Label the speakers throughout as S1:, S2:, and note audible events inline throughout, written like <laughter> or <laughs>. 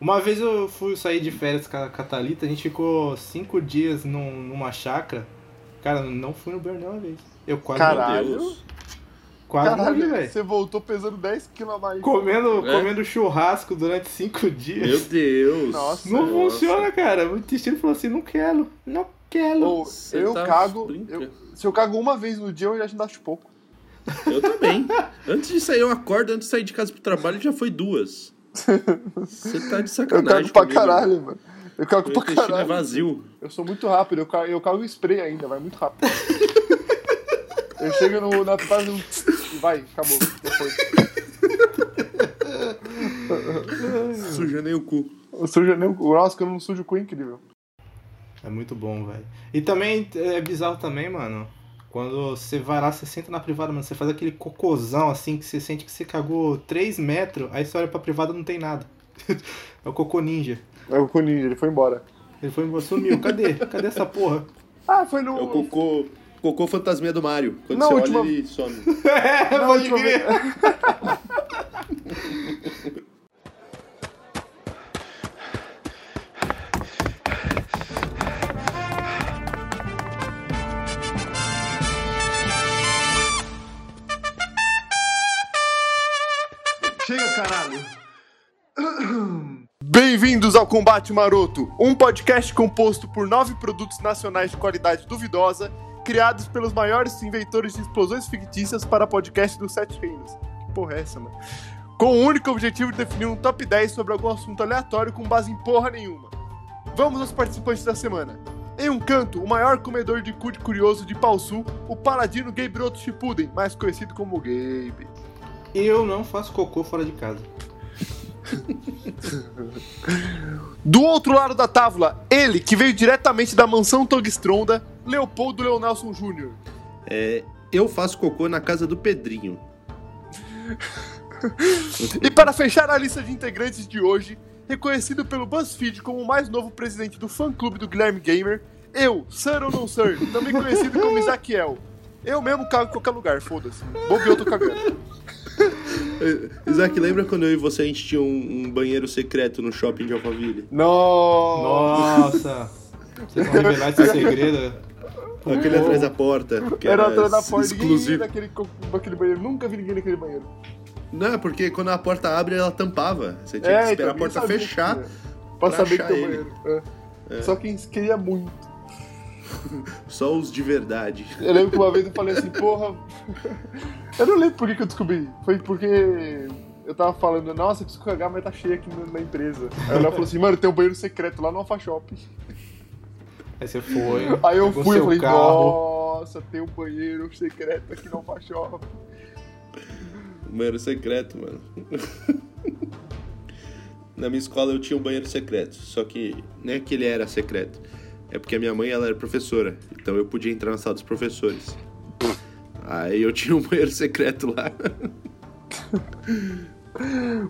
S1: Uma vez eu fui sair de férias com a Catalita, a gente ficou cinco dias num- numa chácara. Cara, eu não fui no banheiro nenhuma vez. Eu quase
S2: Caralho.
S1: morri. Quase morri, velho.
S2: você voltou pesando 10 kg a mais.
S1: Comendo,
S3: É?
S1: comendo churrasco durante cinco dias.
S3: Meu Deus.
S2: Nossa.
S1: Não funciona, cara. O intestino falou assim, não quero, não quero.
S2: Ou
S3: Você
S2: eu
S3: tá
S2: cago.
S3: brincando.
S2: eu- se eu cago uma vez no dia, eu já acho pouco.
S3: Eu também. Antes de sair, eu acordo, antes de sair de casa pro trabalho, já foi duas. Você tá de
S2: Eu
S3: sacanagem.
S2: cago pra
S3: comigo.
S2: caralho, mano. Eu cago
S3: Meu
S2: pra
S3: intestino é
S2: caralho.
S3: vazio.
S2: Eu sou muito rápido, eu cago, eu cago em spray ainda, vai muito rápido. <laughs> eu chego no, na fase um tss, e vai, acabou. Depois.
S3: Suja nem o cu.
S2: Eu sujo nem o cu. Nossa, que eu não sujo o cu, é incrível.
S1: É muito bom, velho. E também é bizarro também, mano. Quando você vai lá, você senta na privada, mano, você faz aquele cocôzão assim que você sente que você cagou 3 metros, aí você olha pra privada não tem nada. <laughs> é o cocô ninja.
S2: É o cu ninja, ele foi embora.
S1: Ele foi embora, sumiu. Cadê? Cadê essa porra?
S2: Ah, foi no.
S3: É o cocô, cocô fantasminha do Mario. Quando
S2: Não,
S3: você
S2: última-
S3: olha, ele some.
S1: É,
S2: Não,
S1: pode
S2: tipo,
S1: crer.
S2: Chega, caralho! Bem-vindos ao Combate Maroto, um podcast composto por nove produtos nacionais de qualidade duvidosa, criados pelos maiores inventores de explosões fictícias para podcast dos Sete Reinos. Que porra é essa, mano? Com o único objetivo de definir um top 10 sobre algum assunto aleatório com base em porra nenhuma. Vamos aos participantes da semana. Em um canto, o maior comedor de cu de curioso de pau sul, o paladino Gabriel Shippuden, mais conhecido como Gabe.
S1: Eu não faço cocô fora de casa.
S2: Do outro lado da tábua, ele que veio diretamente da mansão Togstronda, Leopoldo Leonelson Jr.
S3: É, Eu faço cocô na casa do Pedrinho.
S2: E para fechar a lista de integrantes de hoje, reconhecido pelo BuzzFeed como o mais novo presidente do fã-clube do Guilherme Gamer, eu, Sir ou não Sir, também conhecido como Isaquiel. Eu mesmo cago em qualquer lugar, foda-se. Bobeou, tô cagando.
S3: Eh, Isaac, lembra quando eu e você a gente tinha um, um banheiro secreto no shopping de Alphaville?
S2: Não.
S1: <laughs> Nossa. Vocês vão revelar esse segredo?
S3: Aquele
S1: Oh.
S3: atrás da porta. que
S2: Hum. Era atrás da porta, ninguém ia
S3: exclusivo.
S2: naquele, co- naquele banheiro, nunca vi ninguém naquele banheiro.
S3: Não, porque quando a porta abre, ela tampava. Você tinha que
S2: então,
S3: esperar a
S2: ninguém
S3: porta
S2: sabia que
S3: fechar.
S2: tinha. Pra
S3: pra
S2: saber que
S3: achar
S2: tem um
S3: ele.
S2: banheiro. É. Só quem queria muito.
S3: Só os de verdade.
S2: Eu lembro que uma vez eu falei assim, porra. Eu não lembro por que, que eu descobri. Foi porque eu tava falando, nossa, eu preciso cagar, mas tá cheio aqui na na empresa. Aí o Léo falou assim, mano, tem um banheiro secreto lá no Alpha Shop.
S1: Aí você foi.
S2: Aí eu
S1: pegou
S2: fui e
S1: seu
S2: falei,
S1: carro.
S2: nossa, tem um banheiro secreto aqui no Alpha Shop.
S3: Banheiro secreto, mano. <laughs> Na minha escola eu tinha um banheiro secreto, só que não é que ele era secreto. É porque a minha mãe ela era professora, então eu podia entrar na sala dos professores. Aí eu tinha um banheiro secreto lá.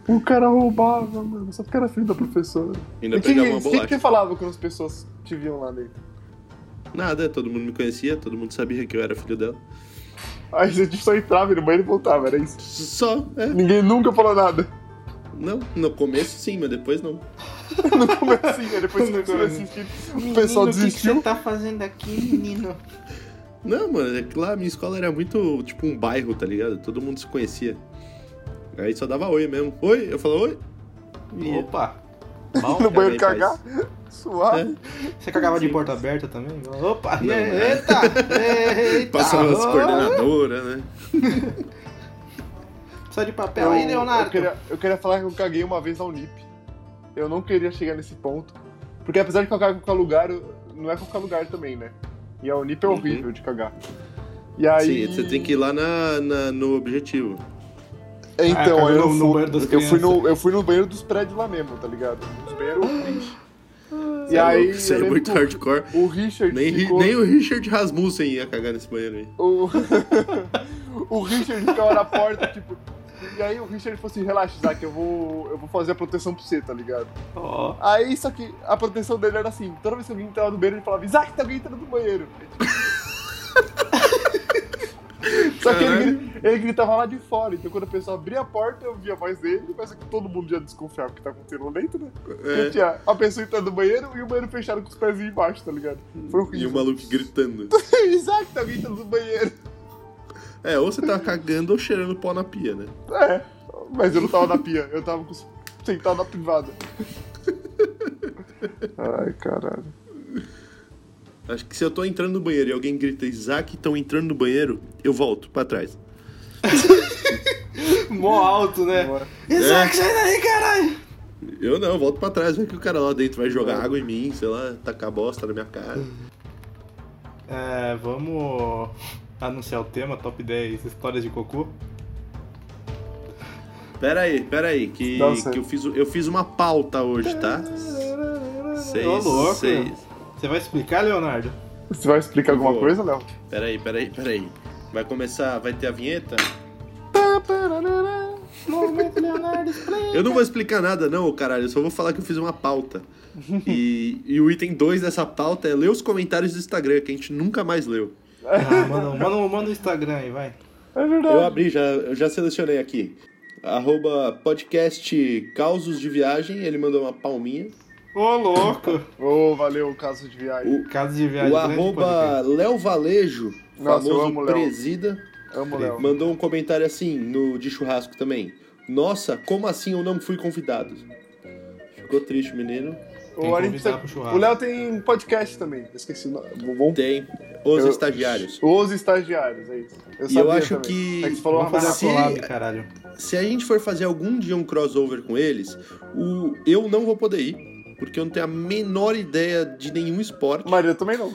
S2: O cara roubava, mano, só porque era filho da professora.
S3: <laughs> Ainda
S2: e quem,
S3: pegava uma
S2: quem
S3: bolacha.
S2: que falava quando as pessoas te viam lá dentro?
S3: Nada, todo mundo me conhecia, todo mundo sabia que eu era filho dela.
S2: Aí a gente só entrava e no banheiro e voltava, era isso.
S3: Só, é.
S2: Ninguém nunca falou nada. <laughs>
S3: Não, no começo sim, mas depois não.
S2: No comecinho, assim, aí depois que
S1: No
S2: você
S1: começo.
S2: assistir, o
S1: Menino,
S2: pessoal
S1: que
S2: desistiu.
S1: que você tá fazendo aqui, menino?
S3: Não, mano, é que lá a minha escola era muito tipo um bairro, tá ligado? Todo mundo se conhecia. Aí só dava oi mesmo. Oi, eu falava oi. E ia.
S1: Opa. Bom,
S2: <laughs> no banheiro
S3: Também
S2: cagar, <laughs> suave.
S1: Você cagava de
S3: Sim.
S1: porta aberta também? Opa!
S3: Não, né?
S1: eita! Eita!
S3: Passava as
S2: Ah.
S1: oh,
S3: coordenadoras, né?
S1: Precisa de papel aí, Leonardo.
S2: Eu queria, eu queria falar que eu caguei uma vez na Unip. Eu não queria chegar nesse ponto. Porque apesar de cagar em qualquer lugar, eu- não é qualquer lugar também, né? E a Unip é
S3: Uhum.
S2: horrível de cagar. E aí.
S3: Sim, você tem que ir lá na, na- no objetivo.
S2: É,
S1: Ah,
S2: Então,
S1: cagou
S2: aí eu,
S1: no- no banheiro das
S2: fui, eu, fui
S1: crianças.
S2: no, eu fui no banheiro dos prédios lá mesmo, tá ligado? Nos
S3: <laughs>
S2: banheiros horríveis. E
S3: Você é
S2: aí.
S3: louco, Isso
S2: eu
S3: é
S2: lembro
S3: muito
S2: que o-
S3: hardcore.
S2: O Richard.
S3: Nem, ri-
S2: ficou...
S3: nem o Richard Rasmussen ia cagar nesse banheiro aí.
S2: O, <laughs> o Richard ficava na porta, tipo. E aí o Richard falou assim: relaxa, Isaac, eu vou, eu vou fazer a proteção pra você, tá ligado?
S1: Ó,
S2: Aí só que a proteção dele era assim: toda vez que alguém tá entrava no banheiro, ele falava, Isaac, tem alguém entrando no banheiro. <laughs> Só que ele,
S3: Caralho.
S2: gri- ele gritava lá de fora, então quando o pessoal abria a porta, eu via a voz dele, mas é que todo mundo já desconfiava que tá acontecendo lá dentro, né? Porque
S3: É,
S2: tinha a pessoa entrando no banheiro e o banheiro fechado com os pezinhos embaixo, tá ligado? Foi
S3: Hum, e o
S2: horrível.
S3: maluco gritando.
S2: <laughs> Exato, tá alguém entrando no banheiro.
S3: É, ou você tá cagando ou cheirando pó na pia, né?
S2: É, mas eu não tava na pia, eu tava com os- sentado na privada. Ai, caralho.
S3: Acho que se eu tô entrando no banheiro e alguém grita Isaac, estão entrando no banheiro, eu volto pra trás.
S1: Mó alto, né?
S2: Bora.
S3: É.
S1: Isaac, sai daí, caralho!
S3: Eu não, eu volto pra trás, vai que o cara lá dentro vai jogar água em mim, sei lá, tacar bosta na minha cara.
S1: É, vamos anunciar o tema, top 10 histórias de cocô.
S3: Pera aí, pera aí, que,
S2: Dá um certo.
S3: que eu, fiz, eu fiz uma pauta hoje, tá? Seis,
S1: Ô, louco.
S3: seis.
S1: Você vai explicar, Leonardo?
S2: Você vai explicar alguma
S3: Boa.
S2: coisa, Léo?
S3: Pera aí, pera aí, pera aí. Vai começar, vai ter a vinheta?
S1: Momento Leonardo Play.
S3: Eu não vou explicar nada não, ô caralho, eu só vou falar que eu fiz uma pauta. E, e o item 2 dessa pauta é ler os comentários do Instagram, que a gente nunca mais leu.
S1: Ah, manda, manda, manda o Instagram aí, vai.
S2: É verdade.
S3: Eu abri, já, eu já selecionei aqui. Arroba podcast Causos de Viagem, ele mandou uma palminha.
S1: Ô, louco!
S2: Ô, valeu, caso de viagem.
S1: Caso É, de viagem.
S3: O
S1: grande podcast.
S3: arroba Léo Valejo,
S2: Nossa, eu
S3: famoso
S2: amo o Léo.
S3: presida,
S2: Amo, Léo.
S3: mandou um comentário assim no de churrasco também. Nossa, como assim eu não fui convidado? Ficou triste, menino.
S1: Tem
S2: O,
S1: que
S2: a
S1: convidar
S2: gente
S1: pro
S2: precisa-
S1: churrasco.
S2: o Léo tem podcast também. Eu esqueci o nome. Vamos-
S3: Tem os
S2: Eu-
S3: estagiários.
S2: Os estagiários, é isso. Eu
S3: E eu
S2: sabia
S3: acho
S2: também.
S3: que
S2: É que você falou uma
S1: Vamos fazer
S2: coisa.
S1: a
S3: Se-
S1: collab, caralho.
S3: se a gente for fazer algum dia um crossover com eles, o, eu não vou poder ir, porque eu não tenho a menor ideia de nenhum esporte.
S2: Maria, eu também não.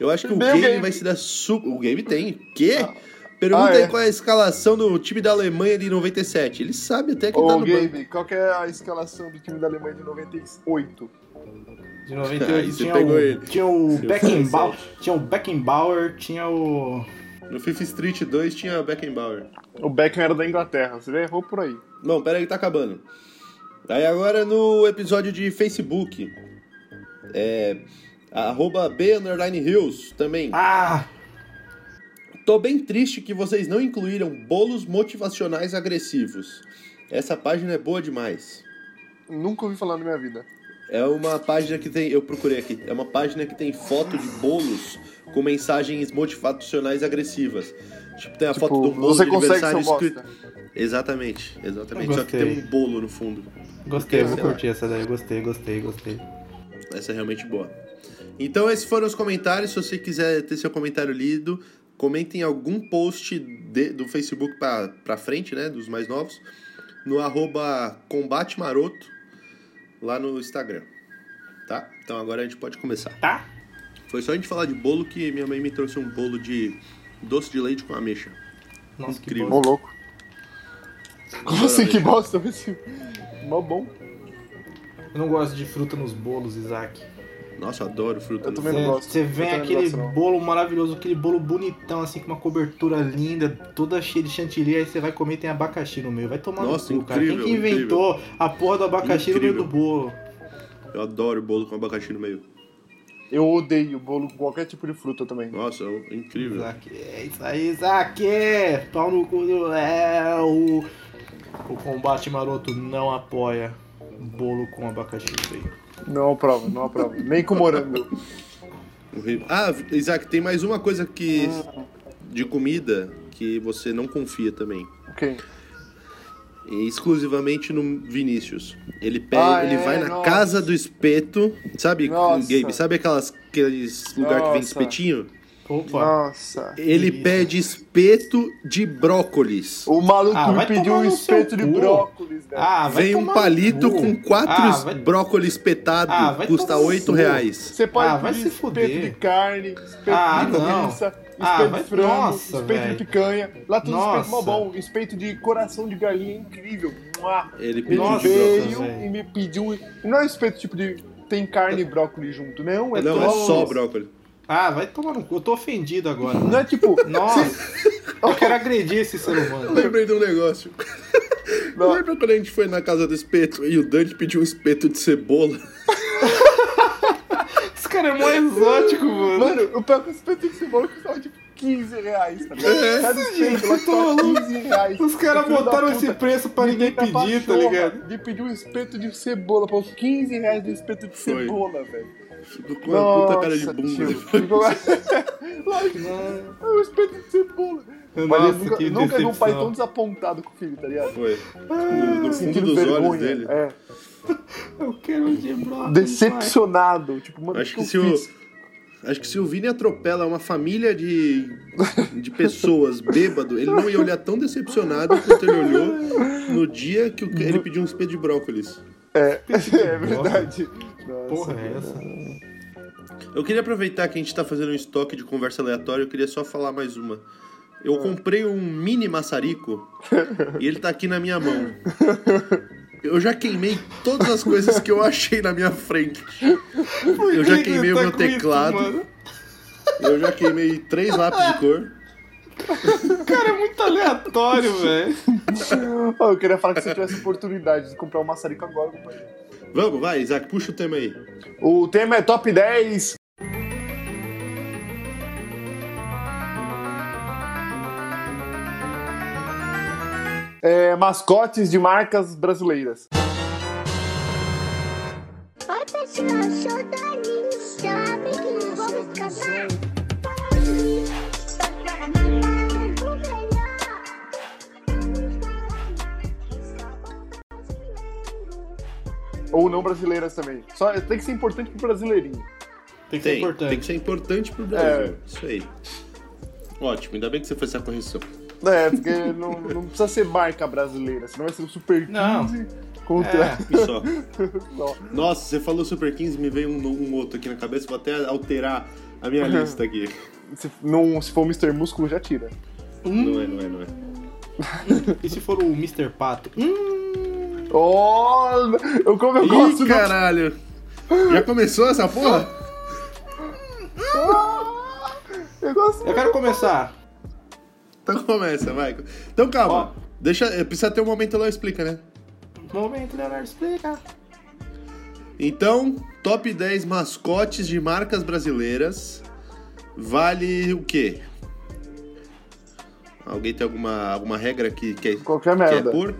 S3: Eu acho assim. que o
S2: Bem, o
S3: game,
S2: game.
S3: vai se dar super. O game tem. Quê?
S2: Ah.
S3: Pergunta
S2: Ah, é.
S3: aí qual é a escalação do time da Alemanha de 97. Ele sabe até que tá
S2: Ô,
S3: no banco.
S2: Gabe, qual que é a escalação do time da Alemanha de 98?
S1: De
S3: Ah, Aí
S1: 98
S3: você
S1: tinha
S3: pegou
S1: o,
S3: ele.
S1: tinha o
S3: Seu
S1: Beckenbauer, tinha o Beckenbauer, tinha o
S3: No Fifth Street 2 tinha Beckenbauer.
S2: O Beckham era da Inglaterra, você errou por aí.
S3: Bom, pera aí que tá acabando. Aí agora no episódio de Facebook. É. Arroba B Underline Hills também.
S1: Ah,
S3: Tô bem triste que vocês não incluíram bolos motivacionais agressivos. Essa página é boa demais.
S2: Nunca ouvi falar na minha vida.
S3: É uma página que tem. Eu procurei aqui. É uma página que tem foto de bolos com mensagens motivacionais agressivas. Tipo, tem a foto de um bolo
S2: você
S3: de
S2: consegue seu
S3: aniversário
S2: bosta.
S3: escrito. Exatamente, exatamente.
S1: Eu
S3: Só que
S1: gostei.
S3: tem um bolo no fundo.
S1: gostei,
S3: Sei
S1: vou
S3: lá.
S1: curtir essa daí, gostei, gostei, gostei.
S3: Essa é realmente boa. Então, esses foram os comentários. Se você quiser ter seu comentário lido, comentem algum post de- do Facebook pra, pra frente, né? Dos mais novos. No arroba Combate Maroto, lá no Instagram. Tá? Então agora a gente pode começar.
S1: Tá?
S3: Foi só a gente falar de bolo que minha mãe me trouxe um bolo de doce de leite com ameixa.
S1: Nossa, que
S3: Incrível.
S1: bom.
S2: Ô, louco. Como assim, que bosta? Mas, Mó bom.
S1: Eu não gosto de fruta nos bolos, Isaac.
S3: Nossa, eu adoro fruta.
S2: Eu
S3: no
S2: também
S3: bolo.
S2: não gosto.
S1: Você
S2: Eu
S1: vem
S2: também não
S1: aquele
S2: gosto, não.
S1: bolo maravilhoso, aquele bolo bonitão, assim, com uma cobertura linda, toda cheia de chantilly, aí você vai comer e tem abacaxi no meio. Vai tomar
S3: Nossa,
S1: no cu, cara. Quem que
S3: incrível,
S1: inventou a porra do abacaxi no
S3: Incrível.
S1: meio do bolo?
S3: Eu adoro bolo com abacaxi no meio.
S2: Eu odeio bolo com qualquer tipo de fruta também.
S3: Nossa, é incrível.
S1: Isaac, é isso aí, Isaac! Pau no cu do Léo! O combate maroto não apoia bolo com abacaxi feio.
S2: Não aprova, não aprova. Nem com morango.
S3: Horrível. Ah, Isaac, tem mais uma coisa que de comida que você não confia também.
S2: Ok.
S3: E Exclusivamente no Vinícius. Ele pega,
S2: Ah,
S3: ele
S2: é,
S3: vai na
S2: nossa.
S3: casa do espeto, sabe,
S2: Nossa.
S3: Gabe? Sabe aquelas aqueles lugar que vende
S2: Nossa.
S3: espetinho?
S1: Opa!
S2: Nossa.
S3: Ele
S1: Isso.
S3: pede espeto de brócolis.
S2: O maluco
S1: Ah, vai
S2: me pediu
S1: tomar
S2: um
S1: no
S2: espeto
S1: seu
S2: de
S1: cu.
S2: brócolis, né?
S1: Ah, vai
S3: Vem um
S1: tomar no
S3: palito
S1: cu.
S3: com quatro
S1: Ah,
S3: es-
S1: vai-
S3: brócolis espetado,
S1: Ah, vai
S3: custa
S1: tomar no
S3: 8
S1: cu.
S3: reais.
S2: Você pode
S1: Ah, vai
S2: pedir
S1: se
S2: espeto
S1: fuder.
S2: de carne, espeto
S1: Ah,
S2: de
S1: não.
S2: linguiça, espeto
S1: Ah, vai-
S2: de frango,
S1: nossa,
S2: espeto
S1: velho.
S2: de picanha. Lá tem um espeto
S1: Nossa.
S2: mó bom, espeto de coração de galinha é incrível. Mua.
S3: Ele pediu
S2: Ele
S1: Nossa,
S3: de brócolis.
S2: veio
S1: velho.
S2: e me pediu. Não é espeto tipo de tem carne e brócolis junto, não. É,
S3: Não,
S2: todo-
S3: é só brócolis.
S1: Ah, vai tomar no cu. Eu tô ofendido agora.
S2: Não é tipo.
S1: <laughs> Nossa! eu quero agredir esse ser humano.
S3: Lembrei de um negócio.
S2: Não.
S3: Lembra quando a gente foi na casa do espeto e o Dante pediu um espeto de cebola?
S1: Esse cara é mó exótico, mano.
S2: Mano, eu pego esse espeto de um cebola que tava tipo 15 reais, tá ligado?
S3: É.
S2: Cada gente, ela custa 15 reais.
S1: Os caras
S2: Filho da
S1: botaram
S2: puta.
S1: esse preço pra ninguém
S2: Ninguém
S1: pedir, tá
S2: baixou,
S1: ligado?
S2: mano, De pedir um espeto de cebola, pô, 15 reais de espeto de
S3: Foi.
S2: cebola, velho.
S3: Do com a puta cara de
S2: Nossa,
S3: bunda.
S2: tio.
S3: ele
S2: Ficou- Lógico,
S1: Não,
S2: é um espeto de cebola. Mas
S1: Nossa,
S2: eu nunca,
S1: que
S2: nunca vi um pai
S1: decepção.
S2: tão desapontado com o filho, tá ligado?
S3: Foi. No, no fundo
S2: Sentindo
S3: dos
S2: vergonha.
S3: olhos dele.
S2: É.
S1: Eu quero um de brócolis,
S2: Decepcionado. Tipo, mano,
S3: Acho
S2: o
S3: que
S2: eu
S3: se o.
S2: fiz? <laughs>
S3: Acho que se o Vini atropela uma família de, de pessoas bêbado, ele não ia olhar tão decepcionado quanto ele olhou no dia que o- ele pediu um espeto de brócolis.
S2: É verdade.
S1: vai.
S2: Nossa,
S1: Porra, é
S2: mano.
S1: essa?
S3: Eu queria aproveitar que a gente tá fazendo um estoque de conversa aleatória, eu queria só falar mais uma.
S1: Ah.
S3: Eu comprei um
S1: <laughs>
S3: mini maçarico e ele tá aqui na minha mão. Eu já queimei todas as coisas que eu achei na minha frente.
S1: Por
S3: já
S1: que que você
S3: queimei
S1: tá
S3: o meu
S1: com isso,
S3: teclado.
S1: mano?
S3: Eu já queimei três lápis de cor.
S1: Cara, é muito <laughs> aleatório, velho.
S2: Ó, eu queria falar que se eu tivesse oportunidade de comprar um maçarico agora, eu compraria.
S3: Vamos, vai, Isaac, puxa o tema aí.
S2: O tema é top 10. É, mascotes de marcas brasileiras.
S4: Olha esse cachorro daninho, sabe que vamos casar.
S2: Ou não brasileiras também. Só tem que ser importante pro brasileirinho.
S1: Tem que ser
S3: Tem,
S1: importante. É.
S3: tem que ser importante pro Brasil. Isso aí. Ótimo, ainda bem que você fez essa correção.
S2: É, porque <laughs> não, não precisa ser marca brasileira, senão vai ser o Super 15
S1: Não.
S2: contra.
S1: É.
S3: E só.
S2: <laughs> Não.
S3: Nossa, você falou Super 15, me veio um, um outro aqui na cabeça, vou até alterar a minha lista aqui.
S2: Se, não, se for o Mr. Músculo, já tira.
S1: Hum,
S3: Não é, não é, não é.
S1: e se for o Mr. Pato? Hum,
S2: Oh, eu como eu gosto do-
S3: Ih, caralho! Já começou essa porra?
S2: Eu gosto.
S1: eu quero começar.
S3: Então começa, vai. Então calma. Deixa, eh, precisa ter um momento lá, explica, né?
S1: Momento, Leonardo, explica.
S3: Então, top 10 mascotes de marcas brasileiras. Vale o quê? Alguém tem alguma, alguma regra que é quer,
S2: Qualquer
S3: quer
S2: merda.
S3: pôr?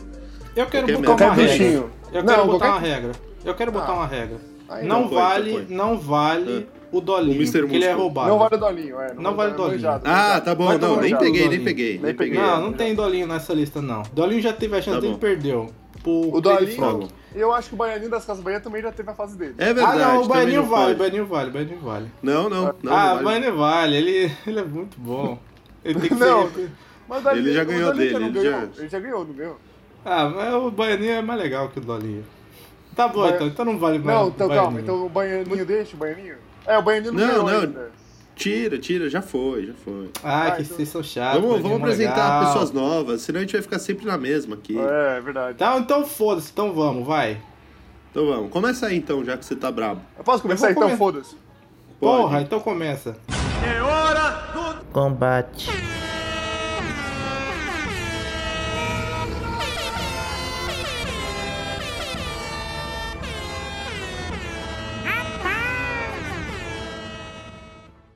S1: Eu quero
S3: Qualquer
S1: botar
S3: merda.
S1: uma
S2: Qualquer
S1: regra.
S2: bichinho.
S1: Eu quero
S2: Não,
S1: botar
S2: qualquer-
S1: uma regra. Eu quero botar
S2: Ah.
S1: uma regra.
S2: Aí
S1: Não
S3: então põe,
S1: vale,
S3: então põe.
S1: não vale o
S3: O
S1: dolinho,
S3: Mr.
S1: porque ele é
S3: Músculo.
S1: roubado.
S2: Não vale o dolinho, é.
S1: Não vale dolinho.
S2: manjado,
S3: Ah,
S2: manjado.
S3: tá bom,
S2: Vai
S3: não,
S2: tomar
S3: nem
S2: no cu.
S3: peguei, nem
S1: Dolinho.
S3: peguei, nem
S2: Nem
S3: peguei.
S2: peguei.
S1: Não, não tem dolinho nessa lista, não. Dolinho já teve a chance,
S3: Tá
S1: ele
S3: bom.
S1: perdeu. Pro
S2: O
S1: Pedro
S2: dolinho,
S1: Franco.
S2: eu acho que o baianinho das Casas Bahia também já teve a fase dele.
S3: É verdade.
S1: ah, não, o
S3: também
S1: Baianinho
S3: não
S1: vale,
S3: pode.
S1: o Baianinho vale, o Baianinho vale.
S3: Não, não,
S1: ah,
S3: não. não
S1: o
S3: vale.
S1: Baianinho vale, ele, <laughs> ele é muito bom. Ele tem que
S2: <laughs> Não.
S1: ser...
S2: Mas o Dolinho-
S3: Ele já
S2: o
S3: ganhou
S2: Dolinho
S3: dele,
S2: não
S3: ele
S2: ganhou.
S3: já-
S2: Ele já ganhou, não ganhou?
S1: Ah, mas o Baianinho é mais legal que o Dolinho. Tá bom,
S2: Ba-
S1: então, então não vale mais
S2: Não,
S1: o
S2: então
S1: Baianinho.
S2: calma. Então o baianinho deixa, o baianinho? É, o baianinho não, ganhou
S3: Não, não.
S2: ainda.
S3: Tira, tira, já foi, já foi.
S1: Ah,
S2: Ah,
S1: que
S2: então-
S1: vocês são chatos.
S3: Vamos,
S1: Baianinho
S3: vamos
S1: é
S3: apresentar
S1: legal.
S3: pessoas novas, senão a gente vai ficar sempre na mesma aqui.
S2: É, é verdade.
S1: Tá, então foda-se, então vamos, vai.
S3: Então vamos, começa aí então, já que você tá brabo.
S2: Eu posso começar
S1: Eu vou
S2: então?
S1: comer.
S2: Foda-se.
S3: Pode.
S1: Porra, então começa.
S5: Combate.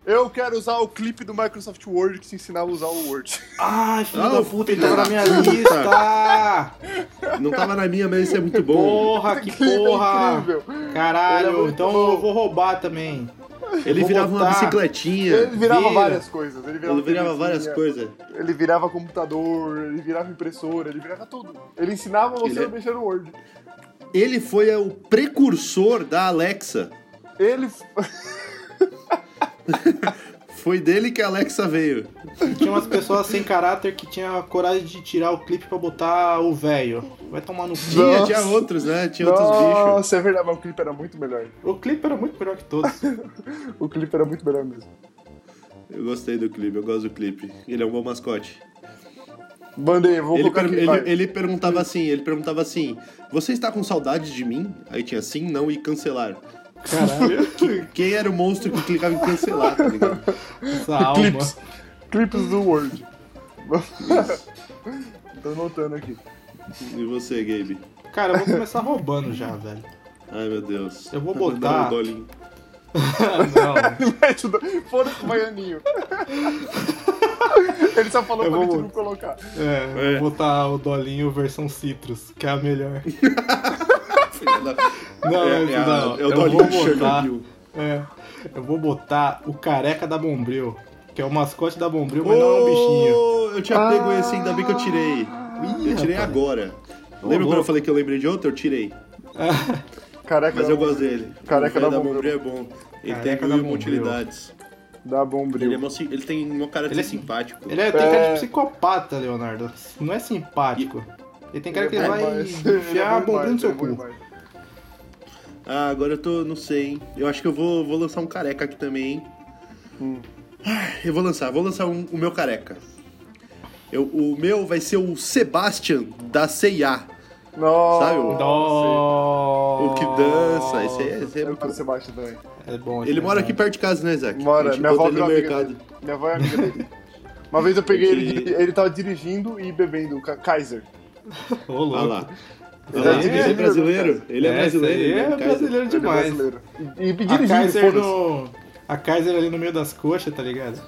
S2: Eu quero usar o clipe do Microsoft Word que te ensinava a usar o Word.
S1: Ai, filho
S3: Ah,
S1: da
S3: o
S1: puta,
S3: filho
S1: ele tava
S3: da
S1: na minha
S3: puta.
S1: lista!
S3: Não tava na minha, mas isso é muito bom.
S1: Porra,
S2: <laughs>
S1: que
S2: Que clipe
S1: porra!
S2: É incrível.
S1: Caralho,
S2: Ele é muito
S1: então
S2: bom.
S1: eu vou roubar também.
S3: Ele
S1: Vou
S3: virava uma
S1: botar.
S3: bicicletinha.
S2: Ele virava
S1: Vira.
S2: várias coisas. Ele virava,
S3: Ele virava
S2: televisão,
S3: várias coisas.
S2: Ele virava computador, ele virava impressora, ele virava tudo. Ele ensinava você
S3: Ele- é
S2: a mexer no Word.
S3: Ele foi o precursor da Alexa.
S2: Ele.
S3: Foi dele que a Alexa veio.
S1: Tinha umas pessoas sem caráter que tinha coragem de tirar o clipe pra botar o velho. Vai tomar no cu.
S3: Tinha,
S2: Nossa.
S3: tinha outros, né? Tinha outros bichos.
S2: Nossa, é verdade, mas o clipe era muito melhor.
S1: O clipe era muito melhor que todos.
S2: O clipe era muito melhor mesmo.
S3: Eu gostei do clipe, eu gosto do clipe. Ele é um bom mascote.
S2: Mandei, vou
S3: Ele,
S2: colocar
S3: per-
S2: aqui.
S3: ele-
S2: vai.
S3: ele perguntava assim, ele perguntava assim, você está com saudade de mim? Aí tinha sim, não e cancelar.
S1: Caralho,
S3: Quem era o monstro que clicava em cancelar, tá ligado?
S1: essa alma.
S2: Clips. Clipes do Word. Tô anotando aqui. <laughs>
S3: E você, Gabe?
S1: Cara, eu vou começar roubando já, velho.
S3: Ai, meu Deus.
S1: Eu vou
S3: Tá mandando
S1: botar-
S3: um dolinho.
S1: Ah, Não.
S2: é
S3: <laughs>
S2: Mete o do- Foda-se o baianinho. Ele só falou
S1: Eu
S2: pra
S1: vou-
S2: gente não colocar.
S1: É,
S3: É.
S1: vou botar o Dolinho versão Citrus, que é a melhor.
S3: Filha da-
S1: Não,
S3: é,
S1: não,
S3: é, a-
S1: não.
S3: é o
S1: Eu
S3: Dolinho
S1: vou
S3: de
S1: botar.
S3: Chernobyl.
S1: É, eu vou botar o careca da Bombril, que é o mascote da Bombril, mas não é um bichinho.
S3: Ô, Oh, Eu tinha pego
S2: Ah.
S3: esse, ainda bem que eu tirei.
S1: Ih,
S3: eu tirei
S1: rapaz.
S3: agora.
S1: Ô,
S3: Lembra quando
S1: louco.
S3: eu falei que eu lembrei de outro? Eu tirei.
S2: Careca
S3: Mas
S2: da,
S3: eu gosto dele.
S2: Careca
S3: O velho
S2: da
S3: da
S2: Bombril.
S3: Bombril é bom. Ele tem
S1: Careca da
S3: mil e uma
S1: Bombril.
S3: utilidades.
S2: da
S3: Ele, é
S2: Bombril.
S3: mó sim- ele tem uma cara de
S1: Ele é
S3: ser simpático.
S1: Ele é, tem cara
S2: É.
S1: de psicopata, Leonardo. Não é simpático. Ele tem cara que
S2: é
S1: ele
S2: bom
S1: vai
S2: demais. <laughs> Ele é
S1: enfiar
S2: bom
S1: a Bombril no
S2: demais,
S1: seu
S2: ele é bom
S1: cu.
S2: demais.
S3: Ah, agora eu tô. Não sei, hein? Eu acho que eu vou, vou lançar um careca aqui também, hein?
S2: Hum.
S3: Ah, Eu vou lançar, vou lançar um- o meu careca. Eu- o meu vai ser o Sebastian da CIA.
S2: Nossa.
S3: Sabe o-
S1: Nossa.
S3: O que dança. Esse aí é, esse aí é
S2: Eu
S3: muito
S2: quero
S3: bom.
S2: Sebastião também.
S1: É bom.
S3: Ele
S1: esse
S3: mora aqui
S1: desenho.
S3: perto de casa, né, Isaac? A
S2: Mora,
S3: gente
S2: minha avó
S3: encontra ele
S2: virou
S3: no
S2: amiga
S3: mercado.
S2: dele. Minha avó é amiga dele. Uma vez eu peguei ele,
S3: Ele-
S2: ele tava dirigindo e bebendo Ka- Kaiser.
S1: Ô,
S3: Olha
S1: louco.
S3: lá. Olha lá,
S1: Ele é
S3: Ele é brasileiro.
S2: brasileiro,
S3: Ele é
S1: Esse
S3: brasileiro.
S1: aí
S3: né,
S1: É
S3: Kaiser?
S1: brasileiro
S2: Ele é
S1: demais.
S2: brasileiro. E, e
S1: A
S2: dirigindo,
S1: Kaiser,
S2: foda-se.
S1: no... a Kaiser ali no meio das coxas, tá ligado?